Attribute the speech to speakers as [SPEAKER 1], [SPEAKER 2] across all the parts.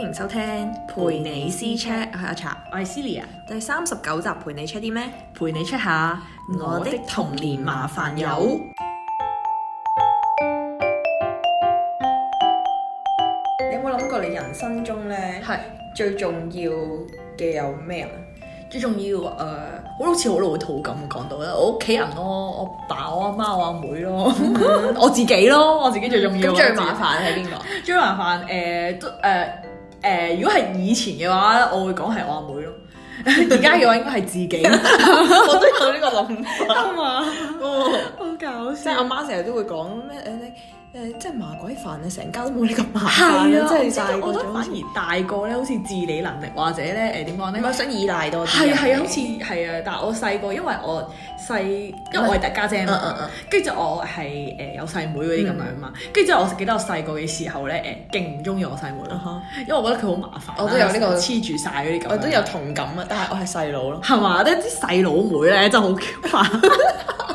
[SPEAKER 1] 迎收聽陪你私 check，我係阿茶。
[SPEAKER 2] 我係 Celia，
[SPEAKER 1] 第三十九集陪你 check 啲咩？
[SPEAKER 2] 陪你 check 下我的童年麻煩友。
[SPEAKER 1] 你有冇諗過你人生中咧
[SPEAKER 2] 係
[SPEAKER 1] 最重要嘅有咩人啊？
[SPEAKER 2] 最重要誒，呃好似好老土咁講到啦，我屋企人咯，我爸、我阿媽、我阿妹咯， 我自己咯，我自己嗯最重要。
[SPEAKER 1] 咁最麻煩係 邊個？
[SPEAKER 2] 煩，最麻煩誒都誒誒，如果係以前嘅話，我會講係我阿 妹咯。而家嘅話應該係自己啊
[SPEAKER 1] 我都有呢個諗法。
[SPEAKER 2] 嘛，好搞
[SPEAKER 1] 即係
[SPEAKER 2] 笑。
[SPEAKER 1] 阿媽成日都會講咩誒你誒，即係麻鬼煩啊！成家都冇你咁麻
[SPEAKER 2] 係
[SPEAKER 1] 煩
[SPEAKER 2] 啊，
[SPEAKER 1] 啊！真
[SPEAKER 2] 即
[SPEAKER 1] 係大
[SPEAKER 2] 係
[SPEAKER 1] 個
[SPEAKER 2] 我覺
[SPEAKER 1] 咗
[SPEAKER 2] 得
[SPEAKER 1] 好
[SPEAKER 2] 反
[SPEAKER 1] 似，
[SPEAKER 2] 而大個咧，好似自理能力或者咧呃誒點講咧
[SPEAKER 1] 唔，係想依賴多啲
[SPEAKER 2] 係
[SPEAKER 1] 人
[SPEAKER 2] 啊
[SPEAKER 1] 嘅。
[SPEAKER 2] 係啊，好似係啊，但係我細個，因為我細，因為我係大家姐
[SPEAKER 1] 嗯嗯
[SPEAKER 2] 嘛
[SPEAKER 1] 嗯，
[SPEAKER 2] 跟住就我係誒有細妹嗰啲咁樣嘛，跟住之後我記得我細個嘅時候咧誒，勁唔中意我細妹
[SPEAKER 1] 啊
[SPEAKER 2] 咯，
[SPEAKER 1] 哈
[SPEAKER 2] 因為我覺得佢好麻煩啦，啊
[SPEAKER 1] 我都有呢個
[SPEAKER 2] 黐住晒嗰 Uh-huh，啲咁樣，
[SPEAKER 1] 我都有同感啊，但係我係細佬 咯。
[SPEAKER 2] 係嘛？啲細佬妹 咧真係好 Q 煩。跟住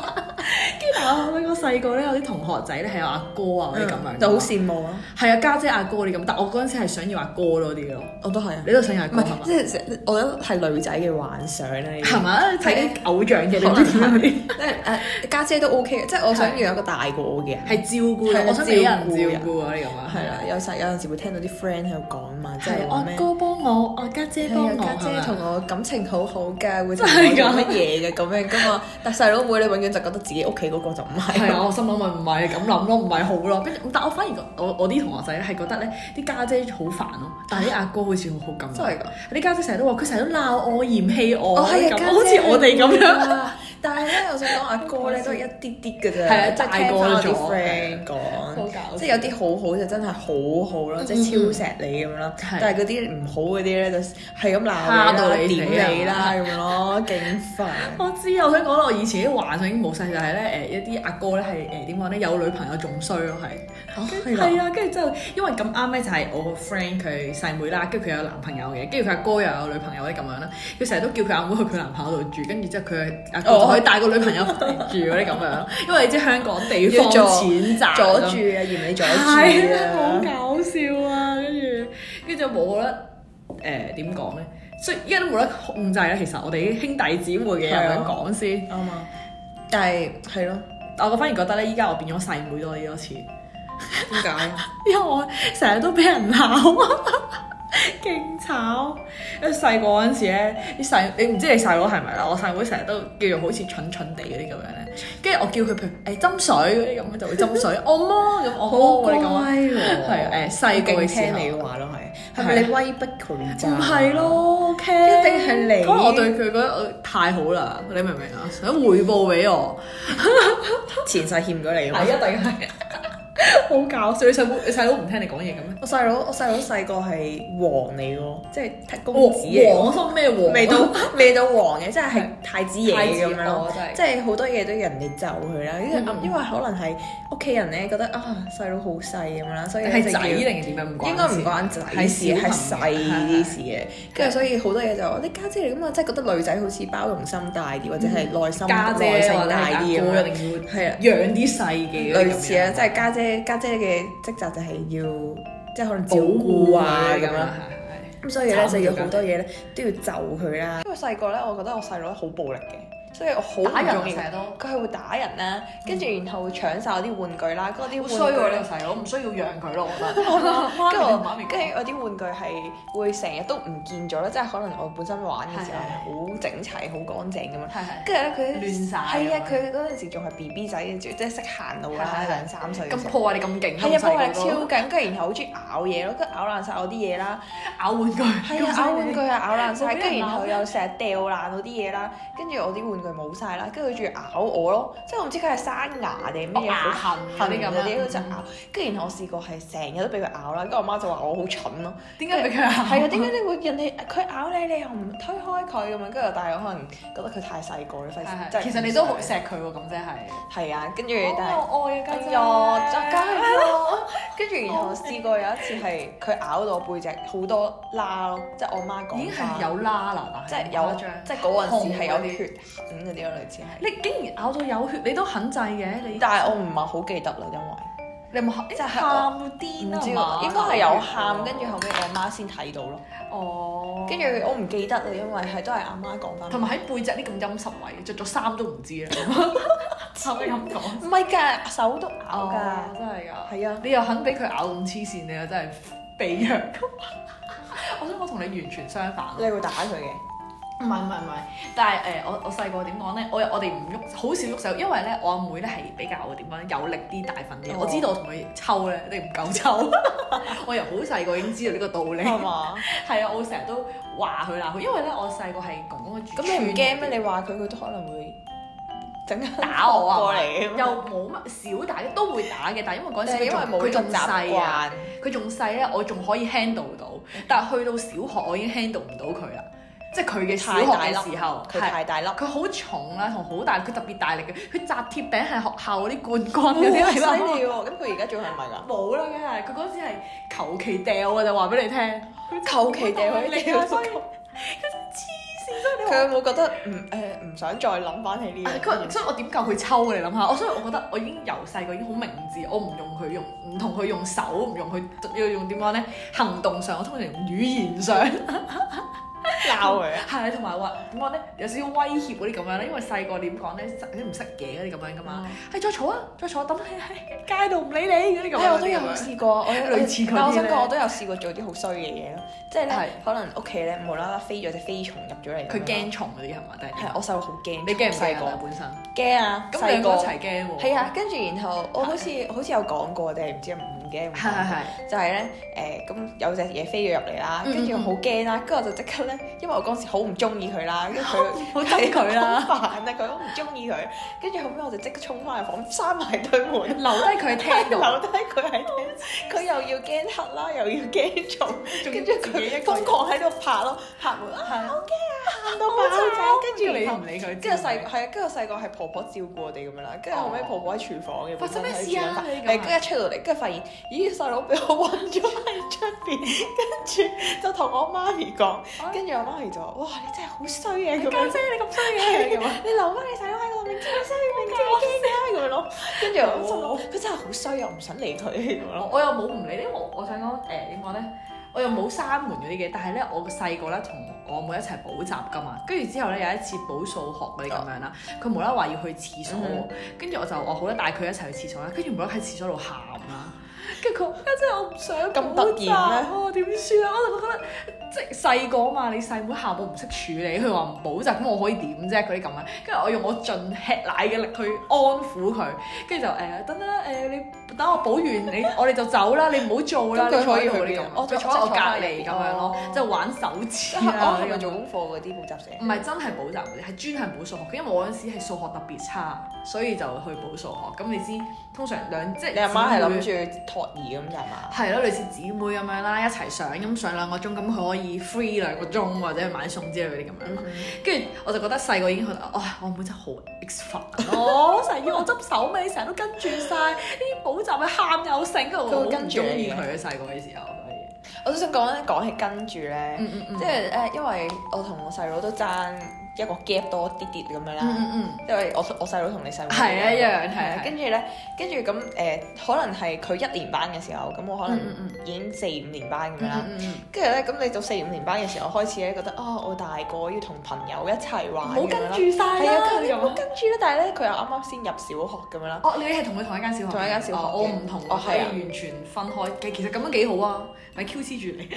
[SPEAKER 2] 但係我諗我細個咧有啲同學仔咧係有阿哥啊嗰啲咁樣，
[SPEAKER 1] 嗯就好羨慕啊！
[SPEAKER 2] 係啊家姐阿哥嗰啲咁，但我嗰陣時係想要阿哥多啲咯，
[SPEAKER 1] 我都係啊。
[SPEAKER 2] 你都想要阿
[SPEAKER 1] 唔
[SPEAKER 2] 哥係
[SPEAKER 1] 係，
[SPEAKER 2] 嘛
[SPEAKER 1] 即？係我覺得係女仔嘅幻想啦，呢
[SPEAKER 2] 係
[SPEAKER 1] 啲
[SPEAKER 2] 嘛？睇啲偶像嘅你知唔知？
[SPEAKER 1] 即係誒家姐都 OK 嘅，即係我想要有一個大過我嘅人。
[SPEAKER 2] 係照顧
[SPEAKER 1] 係
[SPEAKER 2] 人，
[SPEAKER 1] 啊
[SPEAKER 2] 我想俾人
[SPEAKER 1] 照顧人
[SPEAKER 2] 照顧啊！你咁啊，
[SPEAKER 1] 係啦，有時有陣時會聽到啲 friend 喺度講嘛，即
[SPEAKER 2] 係
[SPEAKER 1] 係
[SPEAKER 2] 我
[SPEAKER 1] 話
[SPEAKER 2] 阿
[SPEAKER 1] 咩？
[SPEAKER 2] 哥幫我，我家姐幫
[SPEAKER 1] 係啊
[SPEAKER 2] 我，
[SPEAKER 1] 家姐同
[SPEAKER 2] 係咪
[SPEAKER 1] 我感情好好㗎，會同
[SPEAKER 2] 真
[SPEAKER 1] 我
[SPEAKER 2] 係㗎啊
[SPEAKER 1] 做乜嘢嘅咁樣噶嘛。但細佬妹你永遠就覺得自己屋企嗰個就唔
[SPEAKER 2] 係
[SPEAKER 1] 係。
[SPEAKER 2] 啊，我心諗咪唔係咁諗咯，唔係好咯。跟住，但我反而覺我我啲同學仔係覺得咧，啲家姐好煩咯，但係啲阿哥好似好好咁。
[SPEAKER 1] 真係㗎！
[SPEAKER 2] 啲家姐成日都話佢成日都鬧我、嫌棄我，
[SPEAKER 1] 我係啊，
[SPEAKER 2] 咁好似我哋咁樣。
[SPEAKER 1] 樣。 但係咧，我想講阿哥咧都係一啲啲嘅啫，
[SPEAKER 2] 係啊
[SPEAKER 1] 即係
[SPEAKER 2] 大
[SPEAKER 1] 聽
[SPEAKER 2] 個
[SPEAKER 1] 翻我啲
[SPEAKER 2] 咗啊
[SPEAKER 1] friend 講。
[SPEAKER 2] 搞
[SPEAKER 1] 即係有啲好好就真係好好啦，即係超錫你咁啦。
[SPEAKER 2] 嗯係
[SPEAKER 1] 但係嗰啲唔好嗰啲咧就係咁鬧你
[SPEAKER 2] 蝦到
[SPEAKER 1] 啦、
[SPEAKER 2] 你死啊
[SPEAKER 1] 點你啦咁樣咯，勁煩。
[SPEAKER 2] 我知啊，我想講啦，我以前啲幻想已經冇晒，就係咧誒一啲阿哥咧係誒點講咧，有女朋友仲衰咯，係。係
[SPEAKER 1] 係啊，
[SPEAKER 2] 啊，跟住之後，因為咁啱咧，就係我個 friend 佢細妹啦，跟住佢有男朋友嘅，跟住佢阿哥又有女朋友咧咁樣啦，佢成日都叫佢阿妹去佢男朋友度住，跟住之後佢阿哥
[SPEAKER 1] 哦
[SPEAKER 2] 就可以帶個女朋友 翻嚟住嗰啲咁樣，因為你知香港地
[SPEAKER 1] 要
[SPEAKER 2] 方
[SPEAKER 1] 阻
[SPEAKER 2] 淺窄啊，
[SPEAKER 1] 阻住啊，嫌你阻
[SPEAKER 2] 係啊，好
[SPEAKER 1] 住啊。
[SPEAKER 2] 搞笑啊！跟住跟住就冇得誒點講咧，所以依家都冇得控制啦。其實我哋啲兄弟姊妹嘅
[SPEAKER 1] 係啊
[SPEAKER 2] 咁樣講先，
[SPEAKER 1] 啱啊！但係係咯，
[SPEAKER 2] 但我反而覺得咧，依家我變咗細妹多啲多次。
[SPEAKER 1] 點 解？
[SPEAKER 2] 因為我成日都俾人鬧 啊，勁炒。因為細個嗰陣時咧，啲細你唔知你細佬係咪啦？我細妹成日都叫做好似蠢蠢地嗰啲咁樣咧，跟住我叫佢譬如誒斟水嗰啲咁樣就會斟 水，按摩咁按
[SPEAKER 1] 好
[SPEAKER 2] 摩
[SPEAKER 1] 乖
[SPEAKER 2] 嗰啲咁啊，
[SPEAKER 1] 喎，
[SPEAKER 2] 係啊誒細個嘅
[SPEAKER 1] 勁聽
[SPEAKER 2] 時
[SPEAKER 1] 你
[SPEAKER 2] 候。
[SPEAKER 1] 話咯，係係咪你威逼佢咋？
[SPEAKER 2] 唔係，咯，OK，
[SPEAKER 1] 一定係你
[SPEAKER 2] 可能我對佢覺得我太好啦，你明唔明啊？想回報俾我，
[SPEAKER 1] 前世欠咗你。
[SPEAKER 2] 定係， 好搞笑！你細佬你細佬唔聽你講嘢咁咩？
[SPEAKER 1] 我細佬，我細佬細個係王嚟喎，即係公
[SPEAKER 2] 王
[SPEAKER 1] 子嚟喎
[SPEAKER 2] 王，我哦心咩王？
[SPEAKER 1] 未到未到王嘅，即係係太子爺
[SPEAKER 2] 太子
[SPEAKER 1] 咁樣咯
[SPEAKER 2] 哦真係
[SPEAKER 1] 即係好多嘢都人哋就佢啦，因為
[SPEAKER 2] 嗯嗯
[SPEAKER 1] 因為可能係屋企人咧覺得啊細佬好細咁樣啦，所以
[SPEAKER 2] 係
[SPEAKER 1] 就
[SPEAKER 2] 仔
[SPEAKER 1] 叫
[SPEAKER 2] 定係點樣啊唔關事？
[SPEAKER 1] 應該唔關仔事，
[SPEAKER 2] 係小朋友
[SPEAKER 1] 係細啲事嘅。跟住所以好多嘢就話你家姐嚟㗎嘛，即係覺得女仔好似包容心大啲，或者係內心
[SPEAKER 2] 家姐啊
[SPEAKER 1] 耐性
[SPEAKER 2] 或者
[SPEAKER 1] 大
[SPEAKER 2] 係阿哥
[SPEAKER 1] 啲咁樣。
[SPEAKER 2] 一定要
[SPEAKER 1] 係啊，
[SPEAKER 2] 養啲細嘅
[SPEAKER 1] 類似啊，即
[SPEAKER 2] 係
[SPEAKER 1] 係家姐家姐嘅職責就係要即係可能照顧啊咁樣。咁所以咧就要好多嘢咧都要就佢啦。啊因為細個咧，我覺得我細佬好暴力嘅，所以我好
[SPEAKER 2] 打
[SPEAKER 1] 唔
[SPEAKER 2] 人
[SPEAKER 1] 中意
[SPEAKER 2] 成日都
[SPEAKER 1] 啊佢係會打人啦，跟住然後會搶晒我啲玩具啦，嗰啲
[SPEAKER 2] 好衰
[SPEAKER 1] 玩具
[SPEAKER 2] 喎！你個
[SPEAKER 1] 呢。
[SPEAKER 2] 細佬唔需要養佢咯，我覺得。
[SPEAKER 1] 跟住
[SPEAKER 2] 媽
[SPEAKER 1] 我，
[SPEAKER 2] 咪講
[SPEAKER 1] 跟住我啲玩具係會成日都唔見咗啦，即係可能我本身玩嘅時候係好整齊、好乾淨咁樣。
[SPEAKER 2] 係係
[SPEAKER 1] 跟住咧佢
[SPEAKER 2] 亂晒
[SPEAKER 1] 係啊！
[SPEAKER 2] 咁
[SPEAKER 1] 佢嗰陣時仲係 B B 仔嘅，即係識行路
[SPEAKER 2] 係
[SPEAKER 1] 啦
[SPEAKER 2] 係，係
[SPEAKER 1] 兩三歲嘅時
[SPEAKER 2] 咁
[SPEAKER 1] 候。
[SPEAKER 2] 破壞力咁
[SPEAKER 1] 係
[SPEAKER 2] 勁，
[SPEAKER 1] 啊，
[SPEAKER 2] 咁細
[SPEAKER 1] 破
[SPEAKER 2] 個
[SPEAKER 1] 壞力超
[SPEAKER 2] 都
[SPEAKER 1] 緊，跟住然後好中意咬嘢咯，跟住咬爛晒我啲嘢啦。
[SPEAKER 2] 咬玩具，
[SPEAKER 1] 係啊，咬玩具係咬爛晒，
[SPEAKER 2] 冇
[SPEAKER 1] 跟
[SPEAKER 2] 俾人
[SPEAKER 1] 住然後
[SPEAKER 2] 鬧
[SPEAKER 1] 又成日掉爛我啲嘢啦，跟住我啲玩具冇晒啦，跟住佢仲要咬我咯，即係我唔知佢係生牙定乜嘢
[SPEAKER 2] 哦牙
[SPEAKER 1] 好
[SPEAKER 2] 痕嗰
[SPEAKER 1] 哦痕
[SPEAKER 2] 啲
[SPEAKER 1] 嗰
[SPEAKER 2] 咁啊
[SPEAKER 1] 啲，佢就
[SPEAKER 2] 樣。
[SPEAKER 1] 咬，跟住然後我試過係成日都俾佢咬啦，跟住我媽就話我好蠢咯，
[SPEAKER 2] 點解俾佢咬？
[SPEAKER 1] 係啊，點解你會人哋佢咬你，你又唔推開佢咁樣？跟住但係我可能覺得佢太細個啦，費事
[SPEAKER 2] 係
[SPEAKER 1] 即係
[SPEAKER 2] 係其實你都好錫佢喎，咁即係。
[SPEAKER 1] 係啊，跟住但係。
[SPEAKER 2] 我愛啊，家
[SPEAKER 1] 哎
[SPEAKER 2] 姐。
[SPEAKER 1] 呀，作家係咯，跟住然後試過有一次係佢咬到我背脊好多瘌咯，即係我媽講
[SPEAKER 2] 已經
[SPEAKER 1] 返
[SPEAKER 2] 係有啦啦，
[SPEAKER 1] 即
[SPEAKER 2] 但係
[SPEAKER 1] 係
[SPEAKER 2] 好
[SPEAKER 1] 有
[SPEAKER 2] 誇張，
[SPEAKER 1] 即係嗰陣時係有血痕嗰啲咯，類似係。
[SPEAKER 2] 你竟然咬到有血，你都肯制嘅，你
[SPEAKER 1] 但係我唔係好記得啦，因為你有冇喊？即係
[SPEAKER 2] 喊
[SPEAKER 1] 我
[SPEAKER 2] 到
[SPEAKER 1] 唔
[SPEAKER 2] 癲啊
[SPEAKER 1] 知
[SPEAKER 2] 嘛
[SPEAKER 1] 喎，應該係有喊，跟住後尾我媽先睇到咯。
[SPEAKER 2] 哦，
[SPEAKER 1] 跟住我唔記得啦，因為係都係阿媽講翻。
[SPEAKER 2] 同埋喺背脊呢咁陰濕位，着咗衫都唔 知啊，可唔可以咁講？
[SPEAKER 1] 唔係㗎，手都咬㗎。
[SPEAKER 2] 哦真係㗎。
[SPEAKER 1] 係啊，
[SPEAKER 2] 你又肯俾佢咬咁黐線，你又真係被虐。 我想我同你完全相反。
[SPEAKER 1] 你會打佢嘅。
[SPEAKER 2] 唔係唔係唔係，但係誒、我我細個點講咧？我我哋唔喐，好少喐手，因為咧我阿妹咧係比較點講呢有力啲、大份啲。
[SPEAKER 1] 哦
[SPEAKER 2] 我知道我同佢抽咧，你唔夠抽。 我由好細個已經知道呢個道理。
[SPEAKER 1] 係嘛？
[SPEAKER 2] 係啊，我成日都話佢鬧佢，因為咧我細個係公公
[SPEAKER 1] 咁你唔驚咩？你話佢，佢都可能會整下
[SPEAKER 2] 打我啊
[SPEAKER 1] 過嚟。
[SPEAKER 2] 又冇乜少打，都會打嘅，但係因為嗰
[SPEAKER 1] 你
[SPEAKER 2] 陣時
[SPEAKER 1] 係因為冇
[SPEAKER 2] 佢
[SPEAKER 1] 呢
[SPEAKER 2] 仲
[SPEAKER 1] 個
[SPEAKER 2] 佢仲
[SPEAKER 1] 習
[SPEAKER 2] 細啊，
[SPEAKER 1] 慣。
[SPEAKER 2] 佢仲細咧，我仲可以 handle 到，但係去到小學我已經 handle 唔到佢啦，即係佢嘅小
[SPEAKER 1] 太
[SPEAKER 2] 學
[SPEAKER 1] 大
[SPEAKER 2] 嘅
[SPEAKER 1] 粒
[SPEAKER 2] 時候，
[SPEAKER 1] 佢太 大粒。
[SPEAKER 2] 佢好重啦，同好大，佢特別大力嘅，佢擲鐵餅係學校嗰啲冠軍嗰啲
[SPEAKER 1] 哇
[SPEAKER 2] 嚟
[SPEAKER 1] 犀
[SPEAKER 2] 啦。
[SPEAKER 1] 利喎！咁佢而家仲係咪㗎？
[SPEAKER 2] 冇啦，梗係佢嗰陣時係求其掉啊，就話俾你聽，
[SPEAKER 1] 求其掉佢
[SPEAKER 2] 你
[SPEAKER 1] 掉
[SPEAKER 2] 啊，所以佢 真係黐線，所以
[SPEAKER 1] 佢有冇覺得唔 誒唔想再諗翻起呢
[SPEAKER 2] 你話
[SPEAKER 1] 樣嘢？
[SPEAKER 2] 佢，所以我點夠佢抽啊？你諗下，我所以我覺得我已經由細個已經好明智，我唔用佢用，唔同佢用手，唔用佢要用點講咧？行動上，我通常用語言 上。
[SPEAKER 1] 鬧佢啊！
[SPEAKER 2] 係，同埋話點講咧，有少少威脅嗰啲咁樣咧，因為細個點講咧，你唔識嘢嗰啲咁樣噶嘛，係再嘈啊，再嘈啊，等你喺街度唔理你嗰啲咁樣。
[SPEAKER 1] 哎，我都有試過， 我有
[SPEAKER 2] 類似嗰啲咧
[SPEAKER 1] 但我想講，我都有試過做啲好衰嘅嘢咯，即係
[SPEAKER 2] 係
[SPEAKER 1] 咧，可能屋企咧無啦啦飛咗隻飛蟲入咗嚟，
[SPEAKER 2] 佢，驚蟲嗰啲係嘛？但
[SPEAKER 1] 係我細個好驚，
[SPEAKER 2] 你驚唔
[SPEAKER 1] 細
[SPEAKER 2] 細個
[SPEAKER 1] 個？
[SPEAKER 2] 本身？
[SPEAKER 1] 驚啊！
[SPEAKER 2] 咁兩
[SPEAKER 1] 細個
[SPEAKER 2] 個一齊驚喎。
[SPEAKER 1] 係啊，跟住然後我好似好似有講過定係唔知唔驚唔
[SPEAKER 2] 係
[SPEAKER 1] 驚，
[SPEAKER 2] 係係。
[SPEAKER 1] 就係咧誒咁有隻嘢飛咗入嚟啦，跟住
[SPEAKER 2] 嗯嗯嗯
[SPEAKER 1] 我好驚啦，跟住我就即刻咧，因為我嗰時好唔中意佢啦，跟住佢。
[SPEAKER 2] 好憎佢啦，
[SPEAKER 1] 好煩啊！佢好唔中意佢，跟住後尾我就即刻衝翻入房， 閂埋對門，
[SPEAKER 2] 留低佢聽到，
[SPEAKER 1] 留低佢喺廳，佢又要驚黑啦，又要驚蟲，跟
[SPEAKER 2] 跟
[SPEAKER 1] 住
[SPEAKER 2] 住
[SPEAKER 1] 佢
[SPEAKER 2] 佢
[SPEAKER 1] 瘋
[SPEAKER 2] 瘋
[SPEAKER 1] 狂喺度拍咯，拍門啊，
[SPEAKER 2] 狂
[SPEAKER 1] 嚇到爆炸，跟住
[SPEAKER 2] 你
[SPEAKER 1] 然後
[SPEAKER 2] 唔理佢，
[SPEAKER 1] 跟住細個係啊，跟住細個係婆婆照顧我哋咁樣啦，跟住後尾婆婆喺廚房嘅，
[SPEAKER 2] 發生咩事啊
[SPEAKER 1] 本身喺廚房
[SPEAKER 2] 你咁
[SPEAKER 1] 係跟住出到嚟，跟住發現，咦細佬俾我韞咗喺出邊，跟住就同我媽咪講，跟住我媽咪就話：哇你真係好衰啊咁樣
[SPEAKER 2] 家。姐你咁衰嘅咁啊！
[SPEAKER 1] 你留翻你細佬喺度，明知佢衰，明知佢驚啦咁樣咯。跟住我心諗，佢真係好衰，我唔想理佢咁樣咯。
[SPEAKER 2] 我又冇唔理，因為我我想講誒點講咧，我又冇閂門嗰啲嘅，但係咧我細個咧同我妹一齊補習噶嘛，跟住之後咧有一次補數學嗰啲咁樣啦，佢無啦啦話要去廁所
[SPEAKER 1] 哦嗯，
[SPEAKER 2] 跟住我就我好啦，帶佢一齊去廁所啦，跟住無啦啦喺廁所度喊 啦，跟住佢話家姐我唔想
[SPEAKER 1] 咁突然咩
[SPEAKER 2] 咩？點算啊？我就覺得。即係細個嘛，你細妹喊我唔識處理，佢話唔補習，咁我可以點啫？嗰啲咁樣，跟住我用我盡吃奶嘅力去安撫佢，跟住就誒、等啦誒、你等我補完你， 我哋就走啦，你唔好做
[SPEAKER 1] 咁
[SPEAKER 2] 啦，
[SPEAKER 1] 佢
[SPEAKER 2] 你坐
[SPEAKER 1] 可以
[SPEAKER 2] 喺度嗰
[SPEAKER 1] 去邊
[SPEAKER 2] 啲咁
[SPEAKER 1] 啊，
[SPEAKER 2] 我
[SPEAKER 1] 哦
[SPEAKER 2] 坐喺我隔離咁樣咯
[SPEAKER 1] 哦，
[SPEAKER 2] 即係玩手指
[SPEAKER 1] 我
[SPEAKER 2] 啊
[SPEAKER 1] 係
[SPEAKER 2] 呢
[SPEAKER 1] 咪
[SPEAKER 2] 個
[SPEAKER 1] 做功課嗰啲補習社？
[SPEAKER 2] 唔係真係補習嗰啲，係專係補數學嘅，因為我嗰陣時係數學特別差，所以就去補數學。咁你知通常兩即係
[SPEAKER 1] 你阿媽係諗
[SPEAKER 2] 姊妹
[SPEAKER 1] 住托兒咁就係嘛？
[SPEAKER 2] 係咯，類似姊妹咁樣啦，一齊上咁上兩個鐘，咁佢可以 free 兩個鐘或者去買餸之類嗰啲咁樣啦。跟住我就覺得細個已經覺得，哇、我妹真係好 X 煩咯，成日要我執手尾，成日都跟住晒呢啲補習嘅喊又剩，跟住我好
[SPEAKER 1] 佢會
[SPEAKER 2] 唔
[SPEAKER 1] 跟住
[SPEAKER 2] 中
[SPEAKER 1] 你嘅
[SPEAKER 2] 意佢嘅細個嘅時候。
[SPEAKER 1] 我都想講咧，講起跟住咧，
[SPEAKER 2] 嗯嗯嗯，
[SPEAKER 1] 即係誒，因為我同我細佬都爭一個 gap 多啲啲咁樣
[SPEAKER 2] 嗯
[SPEAKER 1] 啦。
[SPEAKER 2] 嗯嗯，
[SPEAKER 1] 因為我我細佬同你細佬
[SPEAKER 2] 係啊一樣
[SPEAKER 1] 係啊
[SPEAKER 2] 係。
[SPEAKER 1] 跟住咧，跟住咁誒，可能係佢一年班嘅時候，咁我可能
[SPEAKER 2] 嗯嗯
[SPEAKER 1] 已經四五年班咁樣啦
[SPEAKER 2] 嗯。嗯嗯，
[SPEAKER 1] 跟住咧，咁你到四五年班嘅時候開始咧，覺得哦，我大個要同朋友一齊
[SPEAKER 2] 唔
[SPEAKER 1] 玩
[SPEAKER 2] 好
[SPEAKER 1] 咁樣啦，
[SPEAKER 2] 跟住晒
[SPEAKER 1] 係啊，
[SPEAKER 2] 啦
[SPEAKER 1] 跟住
[SPEAKER 2] 咁
[SPEAKER 1] 唔好
[SPEAKER 2] 樣。
[SPEAKER 1] 跟住啦。但係咧，佢又啱啱先入小學咁樣 啦，
[SPEAKER 2] 哦，你係同佢同一間小學嘅，
[SPEAKER 1] 同一間小學嘅
[SPEAKER 2] 哦我唔同，我
[SPEAKER 1] 哦係
[SPEAKER 2] 係
[SPEAKER 1] 啊
[SPEAKER 2] 完全分開嘅。其實咁樣幾好啊，咪 QC 住你，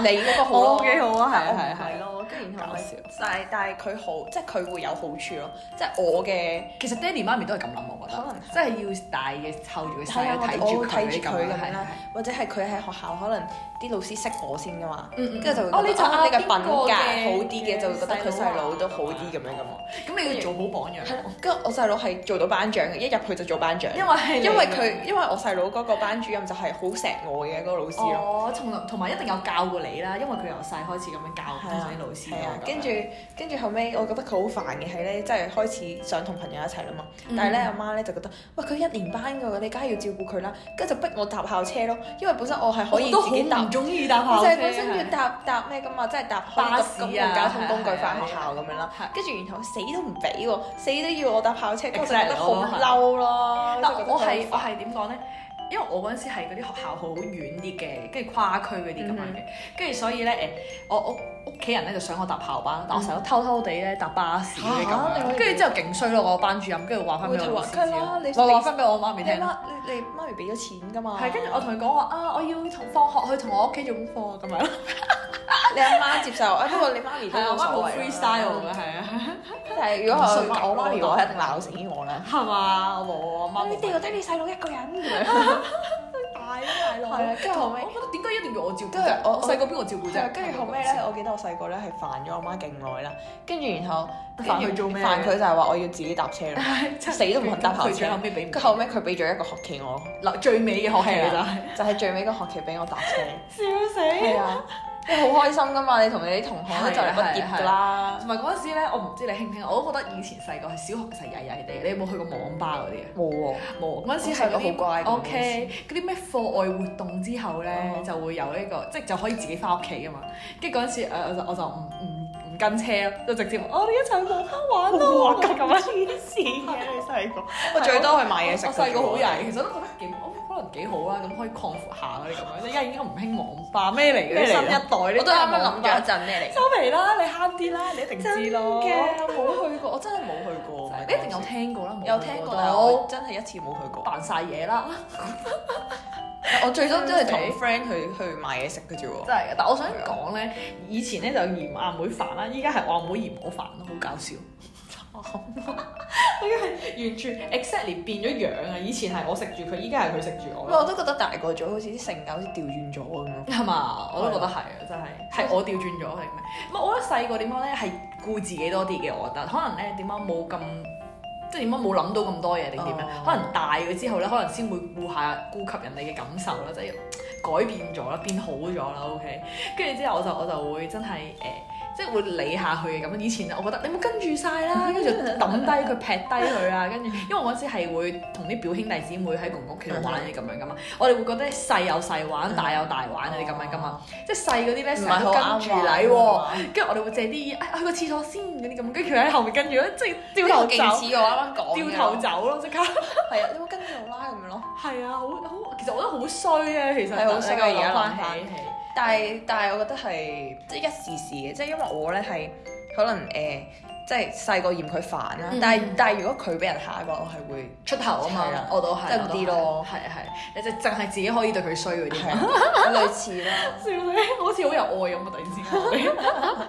[SPEAKER 1] 你嗰個好
[SPEAKER 2] 我
[SPEAKER 1] 咯，
[SPEAKER 2] 幾好啊，
[SPEAKER 1] 但
[SPEAKER 2] 係
[SPEAKER 1] 我唔
[SPEAKER 2] 啊係啊係啊
[SPEAKER 1] 係。咯。跟住然後
[SPEAKER 2] 搞
[SPEAKER 1] 咪
[SPEAKER 2] 笑
[SPEAKER 1] 但係但係佢好，即係佢會有好處咯。即係我嘅
[SPEAKER 2] 其實爹哋媽咪都係咁諗，我覺得，
[SPEAKER 1] 可能
[SPEAKER 2] 即係要大嘅湊住個
[SPEAKER 1] 係
[SPEAKER 2] 細
[SPEAKER 1] 啊，
[SPEAKER 2] 嘅
[SPEAKER 1] 我
[SPEAKER 2] 睇
[SPEAKER 1] 我
[SPEAKER 2] 住
[SPEAKER 1] 會睇住
[SPEAKER 2] 佢
[SPEAKER 1] 佢
[SPEAKER 2] 咁
[SPEAKER 1] 咁
[SPEAKER 2] 樣，係
[SPEAKER 1] 樣啦
[SPEAKER 2] 啦，，
[SPEAKER 1] 或者係佢喺學校可能啲老師識我先噶嘛。
[SPEAKER 2] 嗯
[SPEAKER 1] 跟住就會
[SPEAKER 2] 哦，
[SPEAKER 1] 覺
[SPEAKER 2] 你
[SPEAKER 1] 得
[SPEAKER 2] 就
[SPEAKER 1] 啊
[SPEAKER 2] 啊
[SPEAKER 1] 你嘅品格
[SPEAKER 2] 邊個
[SPEAKER 1] 好
[SPEAKER 2] 嘅
[SPEAKER 1] 啲嘅，就會覺得佢細佬啊都好啲咁樣
[SPEAKER 2] 咁
[SPEAKER 1] 咁咯。
[SPEAKER 2] 咁你要做好榜樣，
[SPEAKER 1] 係啦，跟住我細佬係做到班長嘅，一入去就做班長。
[SPEAKER 2] 因為係你
[SPEAKER 1] 因為佢因為我細佬嗰個班主任就係好錫我嘅嗰個老師咯，
[SPEAKER 2] 哦，從來同埋一定有教過你啦，因為佢由細開始咁樣教通常啲老師
[SPEAKER 1] 係啊
[SPEAKER 2] 啊，，
[SPEAKER 1] 跟住跟住後尾我覺得佢好煩嘅係咧，即係開始想同朋友一齊啦嘛，
[SPEAKER 2] 嗯
[SPEAKER 1] 但係咧阿媽咧就覺得，喂佢一年班㗎喎，你梗係要照顧佢啦，跟住就逼我搭校車咯，因為本身我係可
[SPEAKER 2] 我
[SPEAKER 1] 以
[SPEAKER 2] 都
[SPEAKER 1] 自
[SPEAKER 2] 好
[SPEAKER 1] 己搭
[SPEAKER 2] 唔。中意搭
[SPEAKER 1] 我就
[SPEAKER 2] 校車
[SPEAKER 1] 係
[SPEAKER 2] 啊，
[SPEAKER 1] 本身要搭搭咩㗎嘛，即係搭可以搭
[SPEAKER 2] 巴士啊
[SPEAKER 1] 公共交通工具翻
[SPEAKER 2] 係係
[SPEAKER 1] 學校咁樣啦
[SPEAKER 2] 係。
[SPEAKER 1] 跟住然後死都唔俾喎，死都要我搭校車，跟住我就覺
[SPEAKER 2] Exactly，
[SPEAKER 1] 得好
[SPEAKER 2] 我都係
[SPEAKER 1] 嬲咯。
[SPEAKER 2] 但
[SPEAKER 1] 即係覺得
[SPEAKER 2] 我
[SPEAKER 1] 好
[SPEAKER 2] 係
[SPEAKER 1] 煩
[SPEAKER 2] 我係點講咧？誒、因為我嗰陣時係嗰啲學校好遠啲嘅，跟住跨區嗰啲咁樣嘅，跟住所以咧誒，我我屋企人咧就想我搭校巴，但我成日都偷偷地咧搭巴士咧咁
[SPEAKER 1] 嚇你可
[SPEAKER 2] 樣，
[SPEAKER 1] 以
[SPEAKER 2] 跟住之後勁衰咯，我班主任跟住話翻俾我老師知咯，
[SPEAKER 1] 會
[SPEAKER 2] 我
[SPEAKER 1] 話
[SPEAKER 2] 話翻俾我媽咪
[SPEAKER 1] 你
[SPEAKER 2] 聽咯。
[SPEAKER 1] 媽你你媽咪俾咗錢㗎嘛？
[SPEAKER 2] 係，跟住我同佢講話啊，我要同放學去同我屋企做功課咁樣。
[SPEAKER 1] 你阿媽接受啊，不過你媽咪都
[SPEAKER 2] 係啊，
[SPEAKER 1] 冇
[SPEAKER 2] 我媽咪好
[SPEAKER 1] 所謂
[SPEAKER 2] freestyle 嘅，係啊，
[SPEAKER 1] 但係如果我媽我媽咪話，我一定鬧死我啦。
[SPEAKER 2] 係嘛？我冇啊，媽咪。
[SPEAKER 1] 掉低你細佬一個人咁樣，大啦大佬。係
[SPEAKER 2] 係啊
[SPEAKER 1] 啊，，跟住後尾
[SPEAKER 2] 我。覺得點解一定要我照顧
[SPEAKER 1] 跟住
[SPEAKER 2] 啫？
[SPEAKER 1] 我
[SPEAKER 2] 我細個邊個照顧
[SPEAKER 1] 係啊
[SPEAKER 2] 啫？
[SPEAKER 1] 跟住後尾咧，我記得我細個咧係煩咗我媽勁耐啦，跟住然後
[SPEAKER 2] 煩佢做咩啊
[SPEAKER 1] 煩佢就係話我要自己搭 車啦，死都唔肯搭校
[SPEAKER 2] 佢最後
[SPEAKER 1] 車。
[SPEAKER 2] 尾俾唔
[SPEAKER 1] 跟住後尾佢俾咗一個學期我，
[SPEAKER 2] 嗱最尾嘅學期就係啊
[SPEAKER 1] 就係最尾個學期俾我搭 車。
[SPEAKER 2] 笑死。
[SPEAKER 1] 係啊，你好開心噶嘛，你同你啲同學都就嚟畢業㗎啦。
[SPEAKER 2] 同埋嗰陣時咧，我唔知你興唔興，我都覺得以前細個係小學嘅時候曳曳地，你有冇去過網吧嗰啲啊？
[SPEAKER 1] 冇喎，
[SPEAKER 2] 冇，嗰陣時
[SPEAKER 1] 我
[SPEAKER 2] 係嗰
[SPEAKER 1] 細個好乖
[SPEAKER 2] 啲
[SPEAKER 1] 嘅
[SPEAKER 2] OK 嗰啲咩課外活動之後咧，
[SPEAKER 1] 哦
[SPEAKER 2] 就會有呢個，即係就可以自己翻屋企噶嘛。跟住嗰陣時誒，呃我就我就唔唔唔跟車咯，就直接我哋一齊去網吧玩咯咁樣。
[SPEAKER 1] 黐線嘅你細個，我最多去買嘢啊食。
[SPEAKER 2] 我細個好。曳，其實都覺得幾，可能幾好啦，咁可以擴闊下嗰啲咁樣。你而家已經唔興網吧咩嚟嘅？
[SPEAKER 1] 咩嚟
[SPEAKER 2] 新
[SPEAKER 1] 㗎
[SPEAKER 2] 一代你
[SPEAKER 1] 我都啱啱諗咗
[SPEAKER 2] 緊
[SPEAKER 1] 一。陣咩
[SPEAKER 2] 收皮啦，你慳啲啦，你一定知咯。
[SPEAKER 1] 嚟。嘅， 我冇去過，我真係冇去過。
[SPEAKER 2] 你一定有聽過啦，冇
[SPEAKER 1] 有聽過，但係
[SPEAKER 2] 都
[SPEAKER 1] 我真係一次冇去過。
[SPEAKER 2] 扮晒嘢啦，
[SPEAKER 1] 我最多都係同 friend 去去買嘢食嘅啫喎。
[SPEAKER 2] 真係嘅。但我想講咧，以前咧就嫌阿妹煩啦，依家係我阿妹嫌我煩咯，好搞笑。啊 依家係完全 exactly 變咗樣啊！以前係我食住佢，依家係佢食住我
[SPEAKER 1] 喂，。我都覺得大個咗，好似啲性格好似調轉咗咁樣。
[SPEAKER 2] 係嘛？我都覺得係啊，真係係我調轉咗係咩？唔係我覺得細個點講咧係顧自己多啲嘅，我覺得可能咧點解冇咁即係點解冇諗到咁多嘢定點樣？
[SPEAKER 1] 哦
[SPEAKER 2] 可能大咗之後咧，可能先會顧下顧及人哋嘅感受啦，即係改變咗啦，變好咗啦，OK。跟住之後我就我就會真係誒。呃即係會理下佢嘅咁，以前我覺得你冇跟住晒 啦，跟住抌低佢劈低佢啊，跟住因為我嗰陣時係會同啲表兄弟姊妹喺公共屋企度玩嘅咁樣噶嘛，我哋會覺得細有細玩，大有
[SPEAKER 1] 哦
[SPEAKER 2] 大玩嗰啊啲咁樣噶嘛，即係細嗰啲咧成日都
[SPEAKER 1] 啊
[SPEAKER 2] 跟住禮喎，跟住我哋會借啲嘢，哎去個廁所先嗰啲咁，跟住佢喺後面跟住咧，即係掉頭
[SPEAKER 1] 勁
[SPEAKER 2] 走，
[SPEAKER 1] 似我啱啱講
[SPEAKER 2] 掉頭走咯，即刻。
[SPEAKER 1] 係啊，你冇跟住我啦咁樣咯。
[SPEAKER 2] 係啊，好好，其實我覺得好衰啊，其實
[SPEAKER 1] 係好衰啊
[SPEAKER 2] 你
[SPEAKER 1] 而家
[SPEAKER 2] 諗
[SPEAKER 1] 諗
[SPEAKER 2] 翻
[SPEAKER 1] 返
[SPEAKER 2] 起，
[SPEAKER 1] 但係但係我覺得係即係一時時嘅，即係因為我咧係可能誒。即係細個嫌佢煩啦，
[SPEAKER 2] 嗯
[SPEAKER 1] 但係但係如果佢俾人蝦嘅話，我係會
[SPEAKER 2] 出頭啊
[SPEAKER 1] 係啊
[SPEAKER 2] 嘛，我都係，
[SPEAKER 1] 真係
[SPEAKER 2] 我都
[SPEAKER 1] 啲咯
[SPEAKER 2] 係係，你就淨係自己可以對佢衰嗰啲
[SPEAKER 1] 係
[SPEAKER 2] 嘛。
[SPEAKER 1] 啊類 似啦。
[SPEAKER 2] 笑你，好似好有愛咁啊！突然之間我哋，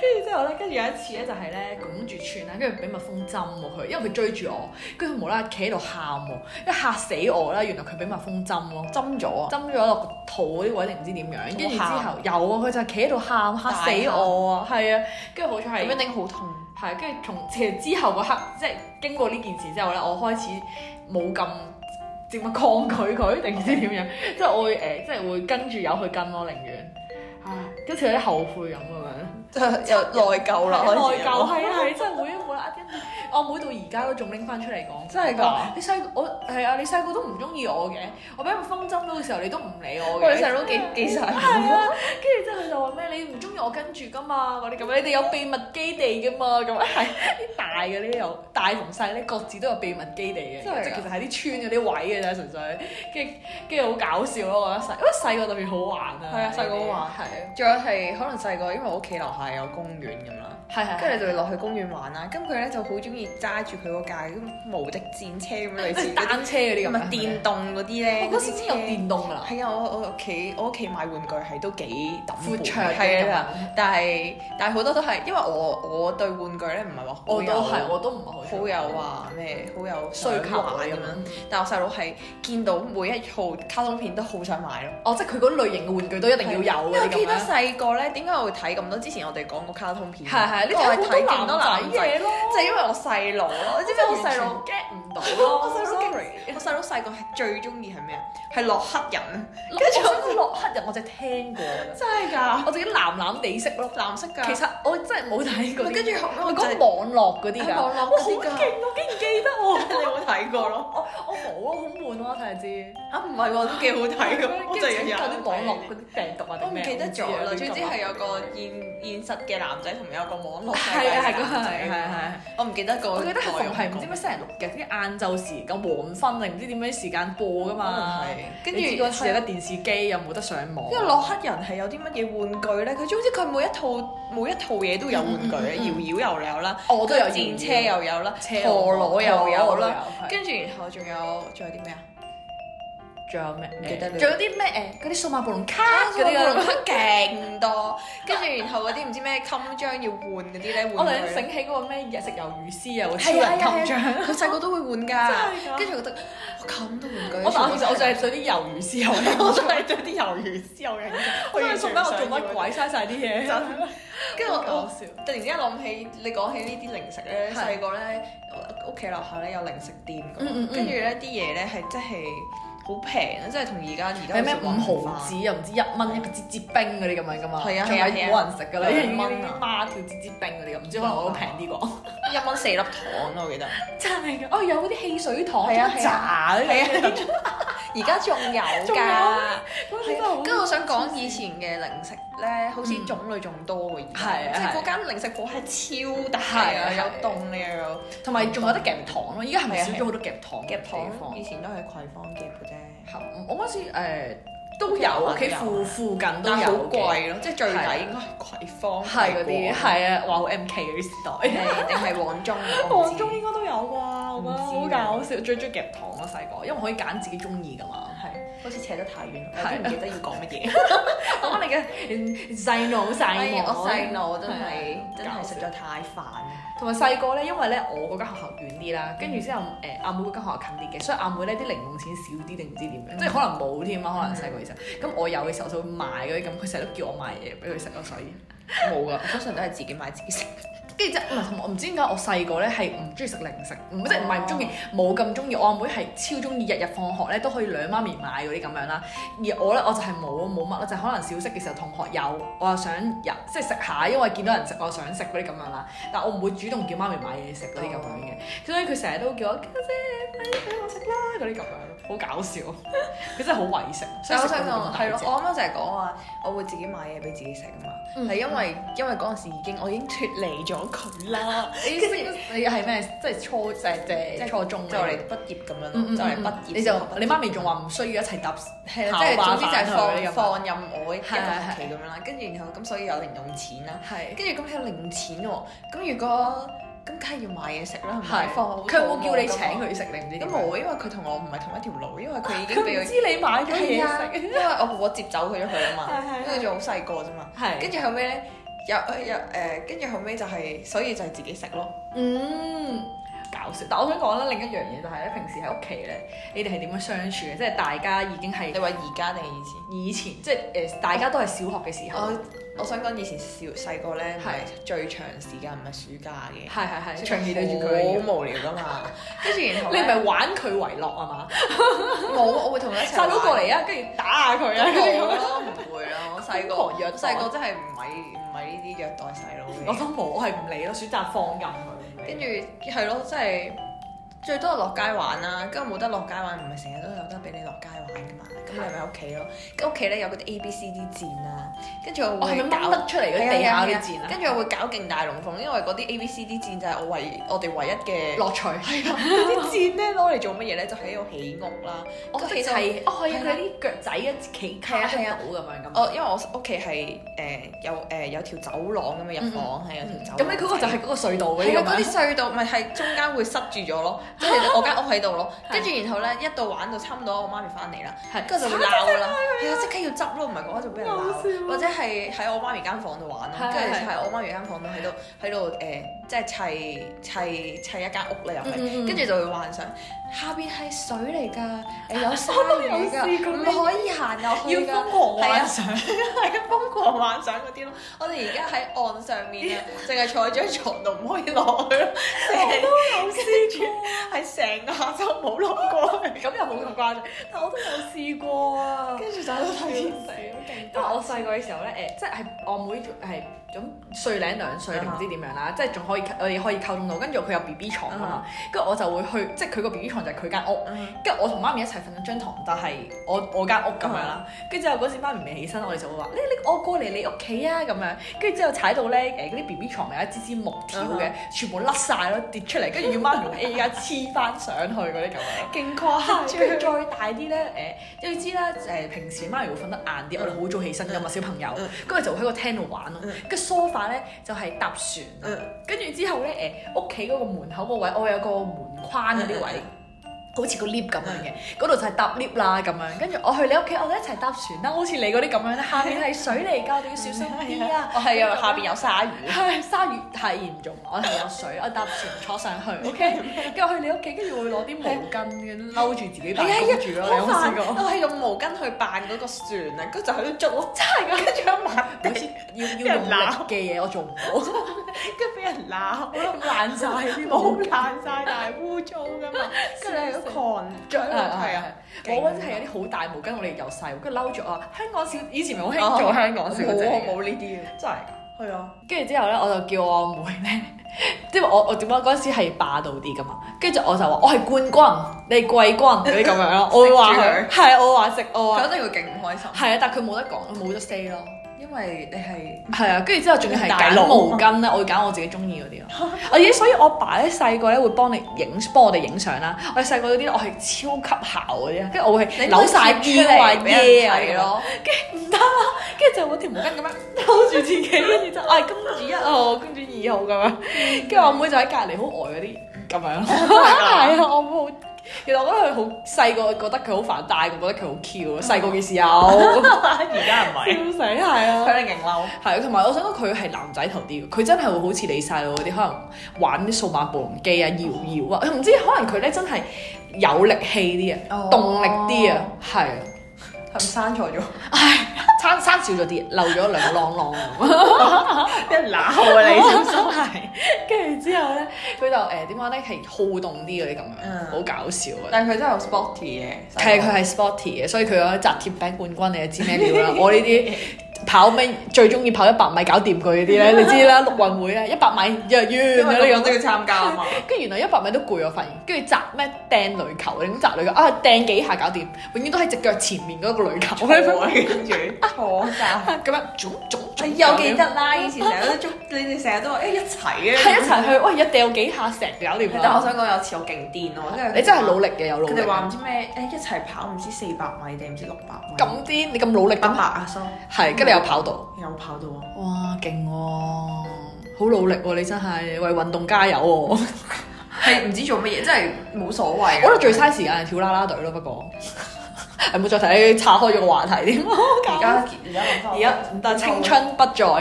[SPEAKER 2] 跟住之後咧，跟住有一次咧就係咧拱住串啦，跟住俾蜜蜂針喎佢，因為佢追住我，跟住佢無啦啦企喺度喊喎，跟住嚇死我啦！原來佢俾蜜蜂針咯。
[SPEAKER 1] 針咗啊！
[SPEAKER 2] 針咗落個肚嗰啲位定唔知點樣，跟住之
[SPEAKER 1] 好
[SPEAKER 2] 後有啊，佢就係企喺度喊，嚇死我啊，係啊，跟住好彩
[SPEAKER 1] 咁
[SPEAKER 2] 係
[SPEAKER 1] 一定好痛。
[SPEAKER 2] 係，啊跟住從其實之後嗰刻，即係經過呢件事之後咧，我開始冇咁點樣抗拒佢定唔知點樣，即係我會誒、即係會跟住有佢跟咯，寧願，唉，跟住有啲後悔咁咁樣。
[SPEAKER 1] 即係 又內疚 啦，開始
[SPEAKER 2] 內疚係啊係，真係會啊冇啦，跟住我妹到而家都仲拎翻出嚟講，
[SPEAKER 1] 真係㗎
[SPEAKER 2] 話你細個我係啊，你細個都唔中意我嘅，我俾佢風針到嘅時候你都唔理我
[SPEAKER 1] 喂
[SPEAKER 2] 嘅，
[SPEAKER 1] 你細佬 幾幾細
[SPEAKER 2] 係啊，跟住之後佢就話咩你唔中意我跟住㗎嘛，我哋咁樣你哋有秘密基地㗎嘛，咁樣係啲大嘅呢有大同細咧各自都有秘密基地嘅，
[SPEAKER 1] 真係㗎
[SPEAKER 2] 即係其實係啲村嗰啲位嘅啫，純粹，跟住跟住好搞笑咯，我覺得細，因為細個特別好玩啊，
[SPEAKER 1] 係啊細個好玩
[SPEAKER 2] 係啊
[SPEAKER 1] 仲有係可能細個，因為我屋企樓下有公園咁啦，
[SPEAKER 2] 係係，
[SPEAKER 1] 跟住你就會落去公園玩啦。咁佢咧就好中意揸住佢嗰架咁無敵戰車咁類似
[SPEAKER 2] 係
[SPEAKER 1] 嗰啲，
[SPEAKER 2] 單車嗰
[SPEAKER 1] 唔
[SPEAKER 2] 啲咁啊
[SPEAKER 1] 係
[SPEAKER 2] 樣。
[SPEAKER 1] 電動嗰啲咧。
[SPEAKER 2] 我嗰時已經有電動㗎啦，
[SPEAKER 1] 係啊，我我屋企我屋企買玩具係都幾抌
[SPEAKER 2] 闊
[SPEAKER 1] 本
[SPEAKER 2] 長
[SPEAKER 1] 係啊，，但係但係好多都係因為我我對玩具咧唔係話好
[SPEAKER 2] 我都
[SPEAKER 1] 有
[SPEAKER 2] 係，我都唔係好啊
[SPEAKER 1] 好有話咩好有
[SPEAKER 2] 需求
[SPEAKER 1] 想
[SPEAKER 2] 啊
[SPEAKER 1] 買
[SPEAKER 2] 咁
[SPEAKER 1] 咁樣。
[SPEAKER 2] 樣。
[SPEAKER 1] 但我細佬係見到每一套卡通片都好想買咯。
[SPEAKER 2] 哦，即係佢嗰類型嘅玩具都一定要有
[SPEAKER 1] 因為我
[SPEAKER 2] 嗰啲
[SPEAKER 1] 記
[SPEAKER 2] 咁啊
[SPEAKER 1] 得
[SPEAKER 2] 樣。
[SPEAKER 1] 細個咧，點解我會睇咁多？之前我哋講過卡通片，
[SPEAKER 2] 係啊係，你
[SPEAKER 1] 因為我係睇
[SPEAKER 2] 睇好
[SPEAKER 1] 勁多
[SPEAKER 2] 多
[SPEAKER 1] 男
[SPEAKER 2] 男仔
[SPEAKER 1] 仔，
[SPEAKER 2] 嘢咯，
[SPEAKER 1] 就係因為我細佬咯。你知
[SPEAKER 2] 即
[SPEAKER 1] 唔知我細
[SPEAKER 2] 係我細
[SPEAKER 1] 佬
[SPEAKER 2] 佬？get 唔
[SPEAKER 1] 我
[SPEAKER 2] 到 咯，
[SPEAKER 1] 細佬勁
[SPEAKER 2] sorry。
[SPEAKER 1] 我細佬細個係最中意係咩啊？係洛克人，
[SPEAKER 2] 跟我想落黑人我就聽過㗎，
[SPEAKER 1] 真係㗎。
[SPEAKER 2] 我自己藍藍地色咯。
[SPEAKER 1] 藍色㗎。
[SPEAKER 2] 其實我真係冇睇過啲。
[SPEAKER 1] 咪跟住後尾
[SPEAKER 2] 我
[SPEAKER 1] 我
[SPEAKER 2] 講
[SPEAKER 1] 就
[SPEAKER 2] 網絡嗰啲㗎，
[SPEAKER 1] 係網絡嗰
[SPEAKER 2] 哇好
[SPEAKER 1] 啲㗎
[SPEAKER 2] 勁！我竟然記得我，
[SPEAKER 1] 你有冇睇過咯？
[SPEAKER 2] 我我冇啊，好悶咯，睇下知。
[SPEAKER 1] 啊，唔係喎，都幾好
[SPEAKER 2] 啊
[SPEAKER 1] 睇 㗎。我就日日
[SPEAKER 2] 有啲
[SPEAKER 1] 都
[SPEAKER 2] 網
[SPEAKER 1] 睇
[SPEAKER 2] 絡嗰啲病毒啊
[SPEAKER 1] 我
[SPEAKER 2] 啊定
[SPEAKER 1] 唔啊
[SPEAKER 2] 咩？
[SPEAKER 1] 記得咗啦，總之係有個
[SPEAKER 2] 係
[SPEAKER 1] 現現實嘅男仔同有個網絡世界
[SPEAKER 2] 啊係
[SPEAKER 1] 嘅
[SPEAKER 2] 嗰個
[SPEAKER 1] 男
[SPEAKER 2] 係係
[SPEAKER 1] 仔，
[SPEAKER 2] 係。
[SPEAKER 1] 啊我唔記得個
[SPEAKER 2] 我記得係逢係唔知
[SPEAKER 1] 咩
[SPEAKER 2] 咩星期六日啲晏晝時間黃昏定唔知點樣時間播噶嘛，
[SPEAKER 1] 跟
[SPEAKER 2] 跟
[SPEAKER 1] 住啊
[SPEAKER 2] 住啊嗰陣時有得電視機又冇得上網，啊
[SPEAKER 1] 因為洛克人係有啲乜嘢玩具咧？佢總之佢每一套每一套嘢都有玩具
[SPEAKER 2] 嗯嗯嗯
[SPEAKER 1] 咧，搖搖又嗯有啦，
[SPEAKER 2] 我都有
[SPEAKER 1] 戰車又有啦，
[SPEAKER 2] 車
[SPEAKER 1] 陀螺又有啦，，
[SPEAKER 2] 跟
[SPEAKER 1] 跟住然後仲有仲有啲咩啊？
[SPEAKER 2] 仲有咩？
[SPEAKER 1] 記得你
[SPEAKER 2] 仲有啲咩誒？嗰啲數碼暴龍卡嗰
[SPEAKER 1] 嗰啲
[SPEAKER 2] 啲
[SPEAKER 1] 啊
[SPEAKER 2] 啊！
[SPEAKER 1] 勁多，跟住然後嗰啲唔知咩襟章要換嗰啲咧，
[SPEAKER 2] 我突
[SPEAKER 1] 換
[SPEAKER 2] 然
[SPEAKER 1] 具
[SPEAKER 2] 醒起嗰個咩日食魷魚絲啊，個超
[SPEAKER 1] 係啊係啊
[SPEAKER 2] 人襟章。
[SPEAKER 1] 佢細個都會換
[SPEAKER 2] 真係㗎
[SPEAKER 1] 㗎，跟住我覺得我冚都玩具。
[SPEAKER 2] 我但係其實我就係對啲魷魚絲有興趣，
[SPEAKER 1] 我就係對啲魷魚絲有影響，
[SPEAKER 2] 我
[SPEAKER 1] 我
[SPEAKER 2] 要
[SPEAKER 1] 完
[SPEAKER 2] 送
[SPEAKER 1] 全
[SPEAKER 2] 俾我做乜鬼嘥晒啲嘢，
[SPEAKER 1] 真跟住我
[SPEAKER 2] 搞
[SPEAKER 1] 我
[SPEAKER 2] 笑。
[SPEAKER 1] 突然之間諗起你講起呢啲零食咧，
[SPEAKER 2] 係
[SPEAKER 1] 細個咧我屋企樓下咧有零食店㗎
[SPEAKER 2] 嗯嗯
[SPEAKER 1] 嘛
[SPEAKER 2] 嗯，
[SPEAKER 1] 跟住咧啲嘢咧係真係好平啊，即係同而家而家
[SPEAKER 2] 係咩
[SPEAKER 1] 好似
[SPEAKER 2] 五
[SPEAKER 1] 冇咁
[SPEAKER 2] 毫
[SPEAKER 1] 化
[SPEAKER 2] 子又唔知一蚊一個節節冰嗰啲咁樣噶嘛？
[SPEAKER 1] 係啊
[SPEAKER 2] 仲
[SPEAKER 1] 係
[SPEAKER 2] 有
[SPEAKER 1] 啊係啊
[SPEAKER 2] 冇人食噶啦？
[SPEAKER 1] 兩蚊啊
[SPEAKER 2] 孖條節節冰嗰啲咁，唔知可能我都平啲講。
[SPEAKER 1] 一蚊四粒糖啊咯，我記得。
[SPEAKER 2] 真係㗎！哦，有嗰啲汽水糖
[SPEAKER 1] 係啊
[SPEAKER 2] 真係炸
[SPEAKER 1] 係
[SPEAKER 2] 嘅，
[SPEAKER 1] 啊， 而家仲有
[SPEAKER 2] 仲有
[SPEAKER 1] 㗎。
[SPEAKER 2] 嗰啲真係好
[SPEAKER 1] 跟住我想講以前嘅零食咧，好似種類仲多過而
[SPEAKER 2] 嗯係啊
[SPEAKER 1] 家，即係
[SPEAKER 2] 係
[SPEAKER 1] 嗰間零食鋪係超大
[SPEAKER 2] 係啊
[SPEAKER 1] 啊，有
[SPEAKER 2] 係啊
[SPEAKER 1] 凍嘅又有
[SPEAKER 2] 同埋仲有得夾糖咯。依家係咪
[SPEAKER 1] 係啊
[SPEAKER 2] 少咗好多夾糖
[SPEAKER 1] 夾
[SPEAKER 2] 地方
[SPEAKER 1] 糖，以前都係葵芳夾嘅啫，
[SPEAKER 2] 係我嗰時誒都有，
[SPEAKER 1] 有
[SPEAKER 2] 屋企附
[SPEAKER 1] 有
[SPEAKER 2] 附近都
[SPEAKER 1] 但係好
[SPEAKER 2] 有嘅。
[SPEAKER 1] 貴咯，即係最
[SPEAKER 2] 係啊
[SPEAKER 1] 抵應該係葵芳啊
[SPEAKER 2] 係嗰啲
[SPEAKER 1] 係
[SPEAKER 2] 係啊，話好 M K 嗰啲時代。
[SPEAKER 1] 定係黃忠啊？我唔
[SPEAKER 2] 黃
[SPEAKER 1] 知
[SPEAKER 2] 忠應該都有啩，我覺得好
[SPEAKER 1] 唔知啊
[SPEAKER 2] 搞笑。最中意夾糖咯，細個，因為可以揀自己中意噶 嘛。
[SPEAKER 1] 係好似扯得太遠，
[SPEAKER 2] 係啊
[SPEAKER 1] 有啲唔記得要講乜 嘢。
[SPEAKER 2] 我講你嘅細腦細
[SPEAKER 1] 哎呀
[SPEAKER 2] 我
[SPEAKER 1] 我嗯細腦真
[SPEAKER 2] 係
[SPEAKER 1] 係
[SPEAKER 2] 啊
[SPEAKER 1] 真係實在太煩啦。
[SPEAKER 2] 同埋細個咧，因為咧我嗰間學校遠啲啦，跟住之後誒阿妹嗰間學校近啲嘅，所以阿妹咧啲零用錢少啲定唔知點樣，即係可能冇添啦，可能細個嘅時候。咁我有嘅時候就會買嗰啲，咁佢成日都叫我買嘢俾佢食咯，所以
[SPEAKER 1] 冇噶，通常都係自己買自己食。
[SPEAKER 2] 跟住之後，唔係同埋我唔知點解我細個咧係唔中意食零食，唔即係唔係唔中意，冇咁中意。我阿妹係超中意，日日放學咧都可以兩媽咪買嗰啲咁樣啦。而我咧我就係冇冇乜啦，就可能小息嘅時候同學有，我又想有即係食下，因為見到人食我想食嗰啲咁樣啦。但我唔會主動叫媽咪買嘢食嗰啲咁樣嘅，所以佢成日都叫我家姐買嘢俾我食啦嗰啲咁樣，好搞笑。佢真係好為食，
[SPEAKER 1] 但我想
[SPEAKER 2] 講
[SPEAKER 1] 講係咯，我啱啱就係講話，我會自己買嘢俾自己食啊嘛，
[SPEAKER 2] 嗯
[SPEAKER 1] 係因為因為嗰陣時已經我已經脱離咗佢啦，
[SPEAKER 2] 你你係咩？即係初即係即
[SPEAKER 1] 即
[SPEAKER 2] 係
[SPEAKER 1] 係
[SPEAKER 2] 初中
[SPEAKER 1] 就嚟畢業咁樣咯，
[SPEAKER 2] 嗯
[SPEAKER 1] 就嚟畢業。
[SPEAKER 2] 你就你媽咪仲話唔需要一齊搭，
[SPEAKER 1] 係
[SPEAKER 2] 校
[SPEAKER 1] 啊，即係
[SPEAKER 2] 巴
[SPEAKER 1] 總之就係
[SPEAKER 2] 翻去咁樣
[SPEAKER 1] 放放任我一個
[SPEAKER 2] 係係
[SPEAKER 1] 學期咁樣啦，跟住然後咁所以有零用錢啦，
[SPEAKER 2] 係
[SPEAKER 1] 跟住咁有零用錢喎，咁如果咁梗係要買嘢食啦，唔係
[SPEAKER 2] 係
[SPEAKER 1] 放學
[SPEAKER 2] 佢有冇叫你請
[SPEAKER 1] 佢？
[SPEAKER 2] 佢食定唔知點
[SPEAKER 1] 咁
[SPEAKER 2] 樣？
[SPEAKER 1] 冇，因為佢同我唔係同一條路，因為佢已
[SPEAKER 2] 佢
[SPEAKER 1] 經
[SPEAKER 2] 唔
[SPEAKER 1] 俾 佢
[SPEAKER 2] 知你買咗
[SPEAKER 1] 係啊，
[SPEAKER 2] 嘢食，
[SPEAKER 1] 因為我婆婆接走佢咗佢啊
[SPEAKER 2] 哎係係
[SPEAKER 1] 嘛
[SPEAKER 2] 係，
[SPEAKER 1] 跟住仲好細個啫嘛。
[SPEAKER 2] 係
[SPEAKER 1] 跟住後尾咧，有有誒，跟住後尾就係，所以就係自己食咯。
[SPEAKER 2] 嗯，搞笑。但我想講咧，另一樣嘢就係咧，平時喺屋企咧，你哋係點樣相處嘅？即係大家已經係
[SPEAKER 1] 你話而家定係以前？哦
[SPEAKER 2] 以前，即係誒，大家都係小學嘅時候，
[SPEAKER 1] 我我想講以前小細個咧，唔
[SPEAKER 2] 係
[SPEAKER 1] 係最長時間唔係暑假嘅，
[SPEAKER 2] 係係係，長期對住佢。
[SPEAKER 1] 好無聊噶嘛。 跟住然後
[SPEAKER 2] 你
[SPEAKER 1] 咧
[SPEAKER 2] 唔係玩佢為樂啊嘛？
[SPEAKER 1] 冇，我會同佢一齊
[SPEAKER 2] 細佬過
[SPEAKER 1] 玩
[SPEAKER 2] 嚟啊，跟住打下佢啊，跟
[SPEAKER 1] 冇
[SPEAKER 2] 住咁
[SPEAKER 1] 咯，唔會咯。 我細
[SPEAKER 2] 瘋
[SPEAKER 1] 個
[SPEAKER 2] 狂虐待
[SPEAKER 1] 細個真係唔係唔係呢啲虐待細佬
[SPEAKER 2] 我
[SPEAKER 1] 嘅。
[SPEAKER 2] 都冇，我係唔理咯，選擇放任佢。
[SPEAKER 1] 跟住係咯，真係最多係落街玩啦。跟住冇得落街玩，唔係成日都有得俾你落街玩噶嘛。咁你咪喺屋企咯。跟屋企咧有嗰啲 A B C D 戰啦，跟住我
[SPEAKER 2] 我哦係
[SPEAKER 1] 會
[SPEAKER 2] 咪
[SPEAKER 1] 搞
[SPEAKER 2] 掹得出嚟嗰
[SPEAKER 1] 係啊
[SPEAKER 2] 啲地下嗰
[SPEAKER 1] 係
[SPEAKER 2] 啲
[SPEAKER 1] 啊
[SPEAKER 2] 箭啊？
[SPEAKER 1] 跟住我會搞勁大龍鳳，因為嗰啲 A B C D 戰就係我唯我哋唯一嘅。
[SPEAKER 2] 樂趣
[SPEAKER 1] 係啊，嗰啲箭咧攞嚟做乜嘢咧？就喺度起屋啦。
[SPEAKER 2] 我
[SPEAKER 1] 咁
[SPEAKER 2] 其實
[SPEAKER 1] 就
[SPEAKER 2] 係哦，係啊，啊哦
[SPEAKER 1] 係
[SPEAKER 2] 佢
[SPEAKER 1] 啦
[SPEAKER 2] 啲腳仔一企卡得到咁樣咁。
[SPEAKER 1] 哦我因為我屋企係誒有誒、有條走廊咁樣入房，係、有條走廊。
[SPEAKER 2] 嗯咁你嗰個就係嗰個隧道嗰
[SPEAKER 1] 係
[SPEAKER 2] 啲
[SPEAKER 1] 啊，
[SPEAKER 2] 咁
[SPEAKER 1] 嗰啲
[SPEAKER 2] 樣。
[SPEAKER 1] 隧道咪係中間會塞住咗咯，即係我間屋喺度咯。跟住然後咧，一到玩到差唔多我媽咪翻嚟啦，
[SPEAKER 2] 係
[SPEAKER 1] 跟住就會鬧啦。係啊，即刻要執咯，唔係嘅話就俾人
[SPEAKER 2] 好笑啊
[SPEAKER 1] 鬧，或者係喺我媽咪間房度玩咯
[SPEAKER 2] 係係。
[SPEAKER 1] 跟住就係我媽咪間房度喺度喺度誒，即係砌砌砌一間屋咧又係。
[SPEAKER 2] 跟
[SPEAKER 1] 跟
[SPEAKER 2] 住
[SPEAKER 1] 住就會幻想下邊係水嚟 㗎，誒有沙
[SPEAKER 2] 有
[SPEAKER 1] 魚
[SPEAKER 2] 試過
[SPEAKER 1] 㗎，
[SPEAKER 2] 呢
[SPEAKER 1] 唔
[SPEAKER 2] 個
[SPEAKER 1] 可以行入去㗎。
[SPEAKER 2] 要瘋狂幻想，
[SPEAKER 1] 係啊，瘋狂幻想嗰啲咯。我哋而家喺岸上 面啊，淨係坐喺張床度唔可以落去咯，成
[SPEAKER 2] 有試過，
[SPEAKER 1] 係成個下晝冇落過去。
[SPEAKER 2] 咁又冇咁誇張，但我都有試過過啊！
[SPEAKER 1] 跟住就喺度睇電視，勁
[SPEAKER 2] 因為
[SPEAKER 1] 多。
[SPEAKER 2] 我細個嘅時候咧，誒、即係我妹係咁歲零兩歲定唔知點樣啦，即係仲可以我哋可以溝通到，跟住佢有 B B 床啊嘛，跟住我就會去，即係佢個 B B 床就係佢間屋，
[SPEAKER 1] 嗯
[SPEAKER 2] 跟住我同媽咪一齊瞓緊張床，但係我我間屋咁樣
[SPEAKER 1] 啊
[SPEAKER 2] 啦，跟住之後嗰時媽咪未起身，我哋就會話你你我過嚟你屋企啊咁樣，跟住之後踩到咧誒嗰啲 B B 床咪有一支支木條
[SPEAKER 1] 啊
[SPEAKER 2] 嘅，全部甩晒咯跌出嚟，跟住要媽咪用 A 加黐翻上去嗰啲咁樣。
[SPEAKER 1] 勁誇張
[SPEAKER 2] 跟住再大啲咧，誒，你知啦，誒，平時媽咪會瞓得晏啲，我哋好早起身噶嘛，小朋友
[SPEAKER 1] 嗯，
[SPEAKER 2] 跟住就會喺個廳度玩咯。跟住 sofa 咧就係搭船，啊
[SPEAKER 1] 嗯
[SPEAKER 2] 跟住之後咧，誒，屋企嗰個門口個位，我有個門框嗰啲
[SPEAKER 1] 嗯
[SPEAKER 2] 位。好似個 lift 咁樣嘅，嗰度就係搭 lift 啦咁樣，跟住我去你屋企，我哋一齊搭船啦，好似你嗰啲咁樣咧，下面係水嚟㗎，我哋要小心 啲啊！
[SPEAKER 1] 我係啊，下邊有鯊魚。
[SPEAKER 2] 係 鯊魚太嚴重，我係有水，我搭船坐上 去，OK，跟住去你屋企，跟住會攞啲毛巾嘅摟住自己扮公主啊咯，你有冇試過？
[SPEAKER 1] 啊我係用毛巾去扮嗰個船啊，跟住就喺度捉我，真係跟住一抹
[SPEAKER 2] 每
[SPEAKER 1] 地
[SPEAKER 2] 次， 要
[SPEAKER 1] 俾
[SPEAKER 2] 要
[SPEAKER 1] 人
[SPEAKER 2] 用力
[SPEAKER 1] 鬧
[SPEAKER 2] 嘅嘢我做 唔到，
[SPEAKER 1] 跟住俾人鬧，
[SPEAKER 2] 我都爛晒啲毛
[SPEAKER 1] 冇爛晒，但係污糟噶嘛，跟住喺度狂追
[SPEAKER 2] 係
[SPEAKER 1] 落去
[SPEAKER 2] 係啊
[SPEAKER 1] 啊！！
[SPEAKER 2] 我嗰陣係有啲好大毛巾，我哋由細跟住摟住我話香港小，以前咪好興做香港小姐
[SPEAKER 1] 冇
[SPEAKER 2] 嘅，
[SPEAKER 1] 我冇呢啲嘅，
[SPEAKER 2] 真係㗎。
[SPEAKER 1] 係啊，
[SPEAKER 2] 跟住之後咧，我就叫我妹咧，即係我我點講嗰陣時係霸道啲噶嘛，跟住我就話我係冠軍，你係季軍嗰啲咁樣咯，我會話佢係啊我話食我話
[SPEAKER 1] 定佢勁唔開心，
[SPEAKER 2] 係啊，但係佢冇得講，冇得 say 咯。
[SPEAKER 1] 因為你係
[SPEAKER 2] 係啊，跟住之後仲要係
[SPEAKER 1] 大
[SPEAKER 2] 揀
[SPEAKER 1] 佬
[SPEAKER 2] 毛巾咧，我會揀我自己中意嗰啲 咯。我咦，所以我爸咧細個咧會幫你影，幫我哋影相啦。我哋細個嗰啲我係超級姣嗰啲，跟住我會
[SPEAKER 1] 你
[SPEAKER 2] 扭晒
[SPEAKER 1] 出嚟
[SPEAKER 2] 腰啊
[SPEAKER 1] 俾人
[SPEAKER 2] 耶啊
[SPEAKER 1] 睇
[SPEAKER 2] 咁樣
[SPEAKER 1] 咯，
[SPEAKER 2] 唔得啦，跟住就攞條毛巾咁樣兜住自己，跟住就我哎係公主一號、公主二號咁樣，跟住我妹就喺隔離好呆嗰啲咁樣咯， 係啊，我妹好。其實我覺得佢好細個，覺得佢好煩，大個覺得佢好 Q 細個嘅時候， 笑
[SPEAKER 1] 而家唔係，
[SPEAKER 2] 死係啊！
[SPEAKER 1] 哋勁嬲，
[SPEAKER 2] 係，同埋我想講佢係男仔頭啲嘅，佢真係會好似你細佬嗰啲，可能玩啲數碼暴龍機啊、搖搖啊，唔知可能佢咧真係有力氣啲啊
[SPEAKER 1] 哦，
[SPEAKER 2] 動力啲啊，係啊，
[SPEAKER 1] 係咪生錯咗？
[SPEAKER 2] 生生少咗啲，漏咗兩啊個啷啷咁。
[SPEAKER 1] 俾人鬧啊你
[SPEAKER 2] 真係，跟住之後咧，佢就誒點講咧係好動啲嗰啲咁
[SPEAKER 1] 嗯
[SPEAKER 2] 樣，好搞笑啊！
[SPEAKER 1] 但係佢真係好 sporty 嘅，
[SPEAKER 2] 係啊佢係 sporty 嘅，所以佢嗰扎鐵餅冠軍你就知咩 料啦。啊我呢啲跑咩最中意跑一百米搞掂佢嗰啲咧，你知啦，陸運會啊咧一百米若冤
[SPEAKER 1] 因
[SPEAKER 2] 嗰
[SPEAKER 1] 為
[SPEAKER 2] 啲
[SPEAKER 1] 你
[SPEAKER 2] 咁
[SPEAKER 1] 咁都要參加啊嘛，
[SPEAKER 2] 跟住原來一百米都攰，我發現。跟住擲咩掟壘球，你咁擲壘球啊，掟幾下搞掂，永遠都喺只腳前面嗰個壘球。
[SPEAKER 1] 跟住錯晒。
[SPEAKER 2] 咁樣，總總總
[SPEAKER 1] 你又記得啦，以前成日都捉，你哋成日都話誒一齊嘅，
[SPEAKER 2] 係一齊去，喂，一掉幾下石搞掂
[SPEAKER 1] 但我
[SPEAKER 2] 啦。
[SPEAKER 1] 想講有次我勁癲咯，跟住
[SPEAKER 2] 你真係努力嘅，有努
[SPEAKER 1] 佢
[SPEAKER 2] 力啊
[SPEAKER 1] 哋。話唔知咩誒一齊跑唔知四百米定唔知六百米，
[SPEAKER 2] 咁啲你咁努力
[SPEAKER 1] 八
[SPEAKER 2] 咁
[SPEAKER 1] 百啊，sorry，
[SPEAKER 2] 係，跟住你又跑到，
[SPEAKER 1] 有跑到啊喎，
[SPEAKER 2] 哇，勁喎！好努力喎，你真係為運動加油喎！
[SPEAKER 1] 係唔知做乜嘢，真係冇所謂。啊
[SPEAKER 2] 我覺得最嘥時間係跳啦啦隊咯，不 過係冇再睇，岔開咗個話題添。
[SPEAKER 1] 而家而家諗翻，
[SPEAKER 2] 而家唔得，青春不在，好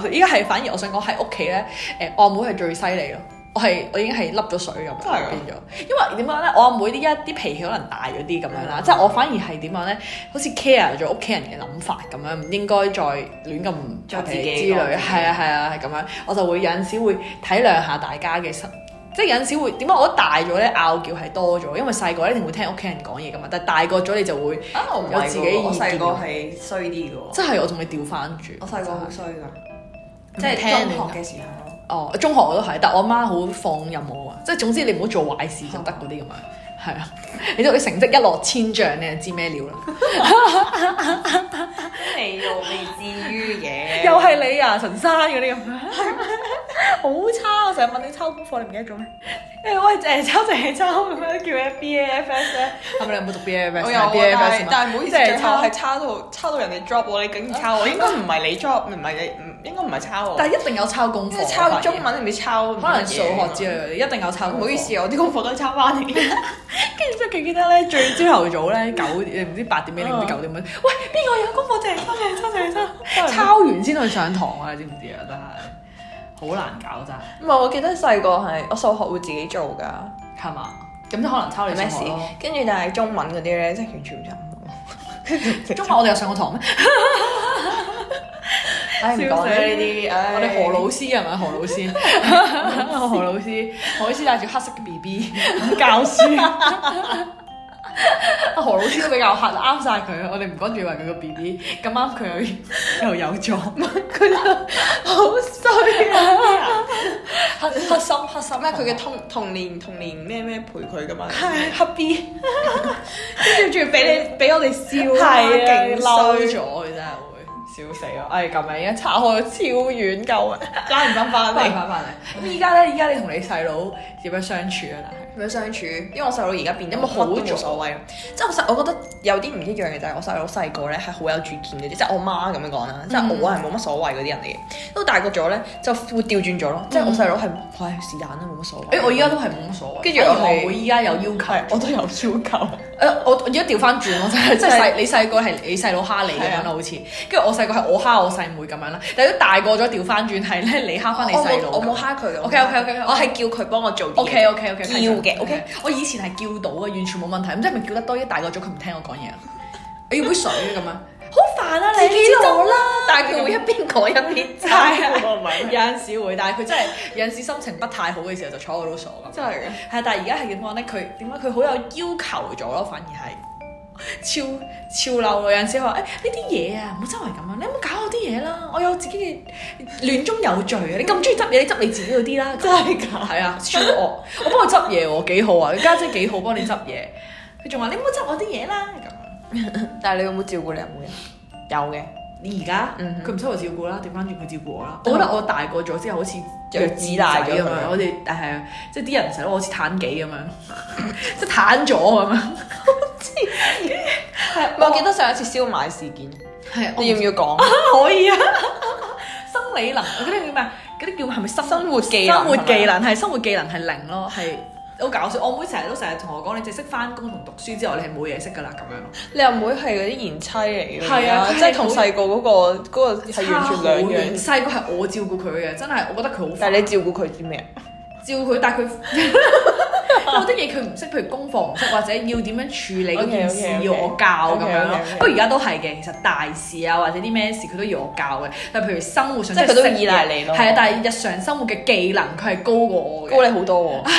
[SPEAKER 2] 搞笑。依家係反而我想講喺屋企咧，誒我阿妹係最犀利咯。我係我已經係笠咗水咁
[SPEAKER 1] 真係
[SPEAKER 2] 樣
[SPEAKER 1] 㗎
[SPEAKER 2] 變咗，因為點講咧？我阿妹呢家啲脾氣可能大咗啲咁樣
[SPEAKER 1] 嗯
[SPEAKER 2] 啦，即係我反而係點講咧？好似 care 咗屋企人嘅諗法咁樣，唔應該再亂咁
[SPEAKER 1] 做自己
[SPEAKER 2] 之類，
[SPEAKER 1] 講
[SPEAKER 2] 係啊係啊係咁樣，我就會有陣時會體諒下大家嘅心。即係有陣時會點解我覺得大咗咧拗撬係多咗，因為細個咧一定會聽屋企人講嘢噶嘛，但係大個咗你就會
[SPEAKER 1] 啊我唔
[SPEAKER 2] 有
[SPEAKER 1] 係
[SPEAKER 2] 自
[SPEAKER 1] 自
[SPEAKER 2] 己
[SPEAKER 1] 己，我
[SPEAKER 2] 意見
[SPEAKER 1] 細個係衰啲嘅喎，
[SPEAKER 2] 真係我仲會調翻轉。
[SPEAKER 1] 我細個好衰㗎，即
[SPEAKER 2] 真係
[SPEAKER 1] 係
[SPEAKER 2] 聽啊
[SPEAKER 1] 中學嘅時候咯，
[SPEAKER 2] 哦，中學我都係，但我媽好放任我啊，即係總之你唔好做壞事就得嗰啲咁樣，係啊，你知道你成績一落千丈，你就知咩料啦。
[SPEAKER 1] 未又未至於嘅，
[SPEAKER 2] 又係你啊，陳生嗰啲咁樣，好差！我成日問你抄功課，你唔記得咗咩？誒喂，誒抄就係抄咁樣，叫你 B A F S 咧，係咪你有冇讀 B A F
[SPEAKER 1] 我
[SPEAKER 2] S？
[SPEAKER 1] 有啊
[SPEAKER 2] B A F S
[SPEAKER 1] 但係唔好意思，
[SPEAKER 2] 即係
[SPEAKER 1] 最後
[SPEAKER 2] 抄
[SPEAKER 1] 係抄到抄到人哋 drop 我，你竟然抄 我，應該唔係你 drop，唔係你，唔應該唔係抄我，
[SPEAKER 2] 但係一定有抄功
[SPEAKER 1] 即
[SPEAKER 2] 課，啊
[SPEAKER 1] 係抄中，文定唔知抄
[SPEAKER 2] 可能數學之類嗰啲，一定有抄。
[SPEAKER 1] 啊唔好意思，我啲功課都抄 翻嚟嘅，
[SPEAKER 2] 跟住之後記得咧，最朝頭早咧九唔知八點
[SPEAKER 1] 嗯
[SPEAKER 2] 幾定唔知九點蚊，喂邊個啊有功課借嚟抄借嚟抄借嚟抄，抄完先去上堂啊！你知唔知啊？真係好難搞真係，
[SPEAKER 1] 唔係我記得細個係我數學會自己做㗎，
[SPEAKER 2] 係嘛？咁就可能抄你
[SPEAKER 1] 係咩
[SPEAKER 2] 咩
[SPEAKER 1] 事
[SPEAKER 2] 事？？
[SPEAKER 1] 跟住但係中文嗰啲咧，真係完全唔得。
[SPEAKER 2] 中學我哋有上過堂咩？
[SPEAKER 1] 唉，唔講啦呢啲，唉，
[SPEAKER 2] 我哋何老師係咪何老 師？ 何老師，何老師戴住黑色嘅 B B 教書。阿啊何老師都比較黑，啱晒佢。我哋唔關注以為佢個 B B，咁啱佢又又有咗， 佢就好衰啊！黑黑心黑心
[SPEAKER 1] 咩？佢嘅童童年童年咩咩陪佢噶 嘛，
[SPEAKER 2] 係黑 B，
[SPEAKER 1] 跟住仲要俾你俾我哋笑，
[SPEAKER 2] 啊係啊，
[SPEAKER 1] 勁
[SPEAKER 2] 嬲
[SPEAKER 1] 衰
[SPEAKER 2] 咗佢真係會笑死我！哎，咁樣而家拆開咗超遠夠啊！
[SPEAKER 1] 拉唔翻翻
[SPEAKER 2] 翻
[SPEAKER 1] 嚟。
[SPEAKER 2] 翻翻嚟，依家咧，依家你同你細佬點樣相處啊？但係。
[SPEAKER 1] 點樣相處？因為我細佬而家變
[SPEAKER 2] 有
[SPEAKER 1] 咗
[SPEAKER 2] 冇好
[SPEAKER 1] 乜都
[SPEAKER 2] 咗
[SPEAKER 1] 冇所謂啦。即係我細，我覺得有啲唔一樣嘅就係我細佬細個咧係好有主見嘅，即
[SPEAKER 2] 嗯
[SPEAKER 1] 係我媽咁樣講啦。即係我係冇乜所謂嗰啲人嚟嘅。到大個咗咧就會調轉咗咯。即係我細佬係唉是但啦，冇乜所謂。
[SPEAKER 2] 嗯誒，我 依家都係冇乜所謂，
[SPEAKER 1] 跟住
[SPEAKER 2] 我
[SPEAKER 1] 我
[SPEAKER 2] 學
[SPEAKER 1] 哋
[SPEAKER 2] 會依家有要求。誒，
[SPEAKER 1] 我都有要求。
[SPEAKER 2] 我我而家調翻轉咯，真係即係
[SPEAKER 1] 係
[SPEAKER 2] 細啊你細個係你細佬蝦你咁樣啦，好似，跟住我細個係我蝦我細妹咁樣啦，但係都大個咗調翻轉係咧，你蝦翻你
[SPEAKER 1] 呃我
[SPEAKER 2] 細
[SPEAKER 1] 冇
[SPEAKER 2] 佬。
[SPEAKER 1] 我冇蝦佢嘅。
[SPEAKER 2] OK，OK，OK，
[SPEAKER 1] 我係叫佢幫我做啲
[SPEAKER 2] O
[SPEAKER 1] 嘢
[SPEAKER 2] K O K O K
[SPEAKER 1] 叫嘅，OK。
[SPEAKER 2] 我以前係叫到啊嘅，完全冇問題。咁即係咪叫得多？一大個咗佢唔聽我講嘢啊，我要杯水咁樣。
[SPEAKER 1] 好煩啊！
[SPEAKER 2] 你
[SPEAKER 1] 你
[SPEAKER 2] 知道
[SPEAKER 1] 啦，但係佢會一邊講一 邊
[SPEAKER 2] 係啊
[SPEAKER 1] 爭我唔係
[SPEAKER 2] 有陣時會，但係佢真係有陣時心情不太好嘅時候就坐我都傻咁。
[SPEAKER 1] 真係嘅。
[SPEAKER 2] 係，但係而家係點講咧？佢點解佢好有要求咗咯？反而係 超超嬲咯！有陣時話誒呢啲嘢啊，唔好周圍咁樣，你唔好搞我啲嘢啦！我有自己嘅亂中有序啊！你咁中意執嘢，你執你自己嗰啲 啦！真係㗎， 係啊，超惡！我幫佢執嘢喎，幾好啊！家姐幾好幫你執嘢，佢仲話你唔好執我啲嘢啦咁。
[SPEAKER 1] 但係你有冇照顧你阿妹啊？有嘅，
[SPEAKER 2] 你而家
[SPEAKER 1] 嗯哼嗯
[SPEAKER 2] 佢唔使我照顧啦，調翻轉佢照顧我啦。我覺得我大個咗之後好似
[SPEAKER 1] 弱智大咗
[SPEAKER 2] 咁
[SPEAKER 1] 佢
[SPEAKER 2] 樣，我哋但係即係啲人成日都話我好似攤幾咁樣， 即係攤咗咁樣。
[SPEAKER 1] 唔係我記得上一次燒賣事件，
[SPEAKER 2] 係
[SPEAKER 1] 你要唔要講？
[SPEAKER 2] 可以啊？ 生理能嗰啲叫咩？嗰啲叫係咪生
[SPEAKER 1] 生活技能
[SPEAKER 2] 生活技能係啊生活技能係零咯，係好搞笑。我妹成日都成日同我講，你淨係識翻工同讀書之外，你係冇嘢識㗎啦咁樣咯。
[SPEAKER 1] 你阿妹係嗰啲賢妻嚟嘅，
[SPEAKER 2] 係啊佢係
[SPEAKER 1] 即係同細個嗰個嗰個係完全兩
[SPEAKER 2] 差好遠
[SPEAKER 1] 樣。
[SPEAKER 2] 細個係我照顧佢嘅，真係我覺得佢好煩。
[SPEAKER 1] 但係你照顧佢啲咩？
[SPEAKER 2] 照佢， 但係佢有啲嘢佢唔識，譬如功課唔識，或者要點樣處理嗰件事
[SPEAKER 1] OK，OK，OK
[SPEAKER 2] 要我教咁樣咯
[SPEAKER 1] OK，OK，OK。
[SPEAKER 2] 不過而家都係嘅，其實大事啊或者啲咩事佢都要我教嘅，但係譬如生活上
[SPEAKER 1] 即係佢都
[SPEAKER 2] 識嘢
[SPEAKER 1] 依賴你咯
[SPEAKER 2] 係啊，但係日常生活嘅技能佢係高過我嘅。
[SPEAKER 1] 高你好多喎！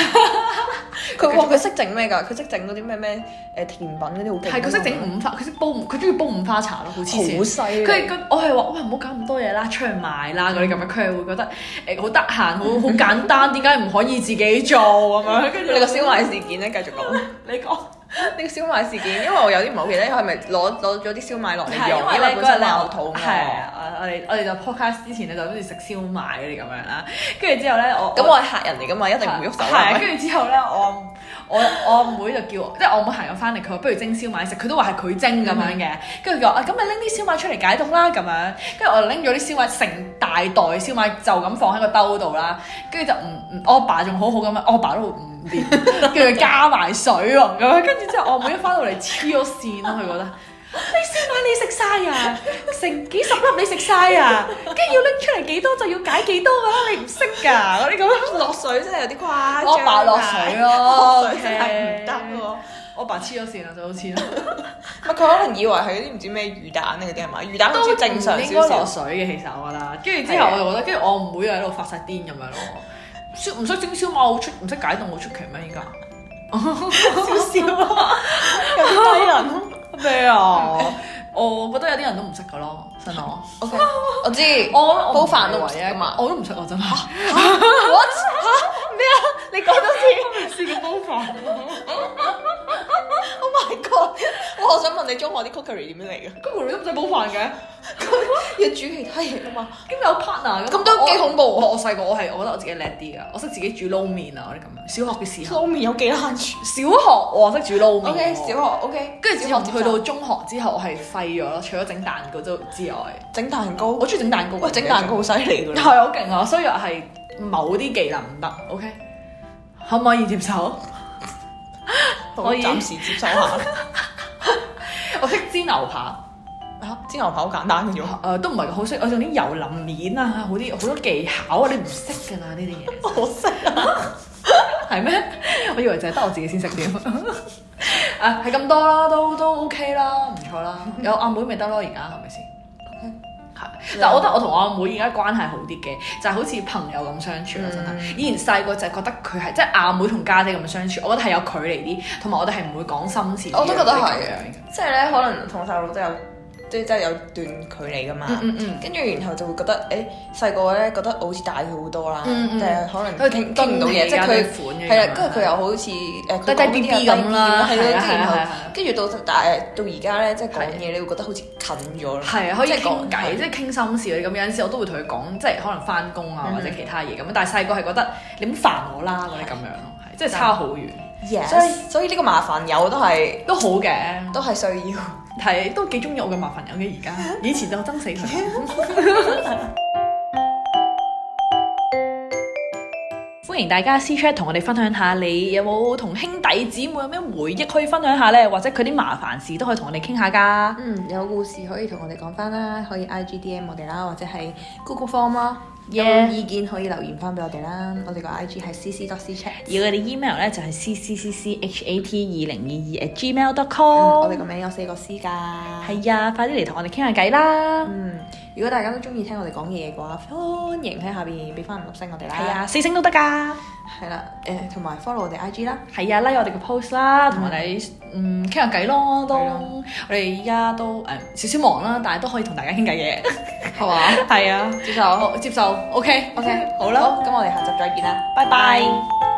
[SPEAKER 1] 佢哇，佢識整咩㗎？佢識整嗰啲咩咩誒甜品嗰啲好勁。
[SPEAKER 2] 係佢識整五花，佢識煲，佢中意煲五花茶咯，好黐線
[SPEAKER 1] 好。犀利。
[SPEAKER 2] 佢佢我係話喂唔好搞咁多嘢啦，出去買啦嗰啲咁樣，佢係會覺得誒好得閒，好好簡單，點解唔可以自己做咁樣？跟住
[SPEAKER 1] 你個燒賣事件咧，繼續講。
[SPEAKER 2] 你講。
[SPEAKER 1] 呢個燒賣事件，因為我有啲唔好記得，係咪攞攞咗啲燒賣落嚟
[SPEAKER 2] 係
[SPEAKER 1] 用？
[SPEAKER 2] 因為咧
[SPEAKER 1] 本
[SPEAKER 2] 嗰日
[SPEAKER 1] 身
[SPEAKER 2] 咧
[SPEAKER 1] 話我肚餓。
[SPEAKER 2] 係啊，我我哋我哋就 podcast 之前咧就諗住食燒賣嗰啲咁樣啦，跟住之後咧我
[SPEAKER 1] 咁我係客人嚟㗎嘛，一定唔會喐手
[SPEAKER 2] 係啊，
[SPEAKER 1] 啦。
[SPEAKER 2] 跟住之後咧我我我阿妹就叫我，即係我阿妹行咗翻嚟，佢話不如蒸燒賣食，佢都話係佢蒸咁
[SPEAKER 1] 嗯
[SPEAKER 2] 樣嘅，跟住佢話啊咁咪拎啲燒賣出嚟解凍啦咁樣，跟住我就拎咗啲燒賣成大袋燒賣就咁放喺個兜度啦，跟住就唔唔，我阿爸仲好好咁樣，我阿爸都唔。掂， 跟住加埋水喎，咁樣跟住之後，我阿妹一翻到嚟黐咗線咯，佢覺得 你燒賣你食晒啊，成幾十粒你食晒 啊，跟住要拎出嚟幾多就要解幾多噶啦，你唔識㗎，嗰啲咁樣。
[SPEAKER 1] 落水真係有啲誇張。
[SPEAKER 2] 我爸落水咯
[SPEAKER 1] 落水真係唔得喎。
[SPEAKER 2] 我爸黐咗線啊啦，就好似
[SPEAKER 1] 唔係佢可能以為係嗰啲唔知咩魚蛋嗰啲係嘛？魚蛋好似正常
[SPEAKER 2] 應該
[SPEAKER 1] 少
[SPEAKER 2] 落
[SPEAKER 1] 少。
[SPEAKER 2] 水嘅，其實我覺得。跟住之後我就覺得，跟住我妹又喺度發晒癲咁樣咯。燒唔識蒸燒賣好出，唔識解凍好出奇咩？依家
[SPEAKER 1] 少少啊，有啲低能。
[SPEAKER 2] 咩啊？我覺得有啲人都唔識噶咯，真係 我。
[SPEAKER 1] OK，我知。
[SPEAKER 2] 我我
[SPEAKER 1] 煲飯都
[SPEAKER 2] 唔
[SPEAKER 1] 唔
[SPEAKER 2] 係
[SPEAKER 1] 識
[SPEAKER 2] 唯一一
[SPEAKER 1] 㗎嘛
[SPEAKER 2] 個我都唔識我真係。
[SPEAKER 1] What？嚇咩啊？你講多次。
[SPEAKER 2] 試過煲飯，
[SPEAKER 1] Oh my god！我好想問你中學啲 cookery 點樣嚟嘅？
[SPEAKER 2] 咁我哋都唔使煲飯嘅，
[SPEAKER 1] 要煮其他嘢㗎嘛？
[SPEAKER 2] 咁啊有 partner
[SPEAKER 1] 咁都幾恐怖喎
[SPEAKER 2] 我我細個我係我覺得我自己叻啲㗎，我識自己煮撈麵啊嗰啲咁樣。小學嘅時候，
[SPEAKER 1] 撈麵有幾難煮
[SPEAKER 2] 小學我識煮撈麵喎。
[SPEAKER 1] ？OK，小學 OK，
[SPEAKER 2] 跟住之後
[SPEAKER 1] 小
[SPEAKER 2] 去到中學之後，我係廢咗咯，除咗整蛋糕之之外，
[SPEAKER 1] 整蛋糕，
[SPEAKER 2] 我中意整蛋糕。
[SPEAKER 1] 喂，整蛋糕好犀利㗎
[SPEAKER 2] 係
[SPEAKER 1] 啦。
[SPEAKER 2] 好勁啊！所以係某啲技能唔得，OK，可唔可以接受？可
[SPEAKER 1] 我
[SPEAKER 2] 以
[SPEAKER 1] 暫時接受 下。
[SPEAKER 2] 我識煎牛扒，
[SPEAKER 1] 嚇，
[SPEAKER 2] 啊
[SPEAKER 1] 煎牛扒好簡單嘅啫
[SPEAKER 2] 誒
[SPEAKER 1] 喎。、
[SPEAKER 2] 哦都唔係好識，我用啲油淋面啊，好啲好多技巧啊，你唔識㗎啦呢啲 嘢，
[SPEAKER 1] 我識啊！
[SPEAKER 2] 係咩？我以為就係得我自己先識添。 啊，係咁多啦，都都 OK 啦，唔錯啦，有阿妹咪得咯，而家係咪先？係，但係
[SPEAKER 1] 啊
[SPEAKER 2] 我覺得我同我阿妹而家關係好啲嘅，就係好似朋友咁相處啦，真
[SPEAKER 1] 嗯
[SPEAKER 2] 係。以前細個就係覺得佢係即係阿妹同家姐咁樣相處，我覺得係有距離啲，同埋我哋係唔會講心事。
[SPEAKER 1] 我都覺得係
[SPEAKER 2] 嘅。
[SPEAKER 1] 即係咧，可能同細佬真係有即係真係有段距離噶嘛。
[SPEAKER 2] 嗯嗯嗯。
[SPEAKER 1] 跟住然後就會覺得，誒細個咧覺得我好似大佢好多啦，
[SPEAKER 2] 嗯嗯
[SPEAKER 1] 但係可能
[SPEAKER 2] 佢
[SPEAKER 1] 傾傾唔到嘢，即係佢
[SPEAKER 2] 款嘅。
[SPEAKER 1] 係啦，跟住佢又好似誒
[SPEAKER 2] 低啊低 B B 咁啦，
[SPEAKER 1] 係
[SPEAKER 2] 係
[SPEAKER 1] 啦，跟住然
[SPEAKER 2] 啊係啊係
[SPEAKER 1] 後
[SPEAKER 2] 啊。
[SPEAKER 1] 跟住到但係到而家咧，即係
[SPEAKER 2] 係
[SPEAKER 1] 講嘢，你會覺得好似近咗啦。
[SPEAKER 2] 係啊，可以
[SPEAKER 1] 即係
[SPEAKER 2] 傾
[SPEAKER 1] 講
[SPEAKER 2] 偈，
[SPEAKER 1] 係
[SPEAKER 2] 即係傾心事嗰啲咁。有陣時我都會同佢講，即係可能翻工啊
[SPEAKER 1] 嗯
[SPEAKER 2] 或者其他嘢咁。但係細個係覺得你唔好煩我啦嗰啲咁樣咯，係即係差好遠，
[SPEAKER 1] Yes，所以所以呢個麻煩友都係
[SPEAKER 2] 都好嘅，
[SPEAKER 1] 都係需要。
[SPEAKER 2] 係都幾中意我嘅麻煩友嘅而家。以前就憎死佢。 歡迎大家私 chat 同我哋分享下，你有冇同兄弟姊妹有咩回憶可以分享下呢？或者佢啲麻煩事都可以同我哋傾下㗎。
[SPEAKER 1] 嗯，有故事可以同我哋講翻啦，可以 I G D M 我哋啦，或者係 Google Form 啦。有
[SPEAKER 2] Yeah
[SPEAKER 1] 意見可以留言翻俾我哋啦，我哋個 I G 係 C C dot C chat。
[SPEAKER 2] 而我哋 email 咧就係 c c c c h a t 二零二二 at gmail dot
[SPEAKER 1] 嗯我
[SPEAKER 2] com。
[SPEAKER 1] 哋個名有四個 C 㗎。
[SPEAKER 2] 係啊，快啲嚟同我哋傾下偈啦！
[SPEAKER 1] 嗯，如果大家都中意聽我哋講嘢嘅話，歡迎喺下邊俾翻五粒星我哋啦。
[SPEAKER 2] 係啊，四星都得㗎。
[SPEAKER 1] 係啦，誒同埋 follow 我哋 I G 啦。
[SPEAKER 2] 係啊，拉我哋嘅 post 啦，同我哋嗯傾下偈咯，都
[SPEAKER 1] 係咯
[SPEAKER 2] 我哋而家都誒少少忙啦，但係都可以同大家傾 偈嘅。
[SPEAKER 1] 係嘛？
[SPEAKER 2] 係啊，
[SPEAKER 1] 接受。
[SPEAKER 2] 好接受，OK
[SPEAKER 1] OK，
[SPEAKER 2] 好啦，
[SPEAKER 1] 咁我哋下集再見啦，
[SPEAKER 2] 拜拜。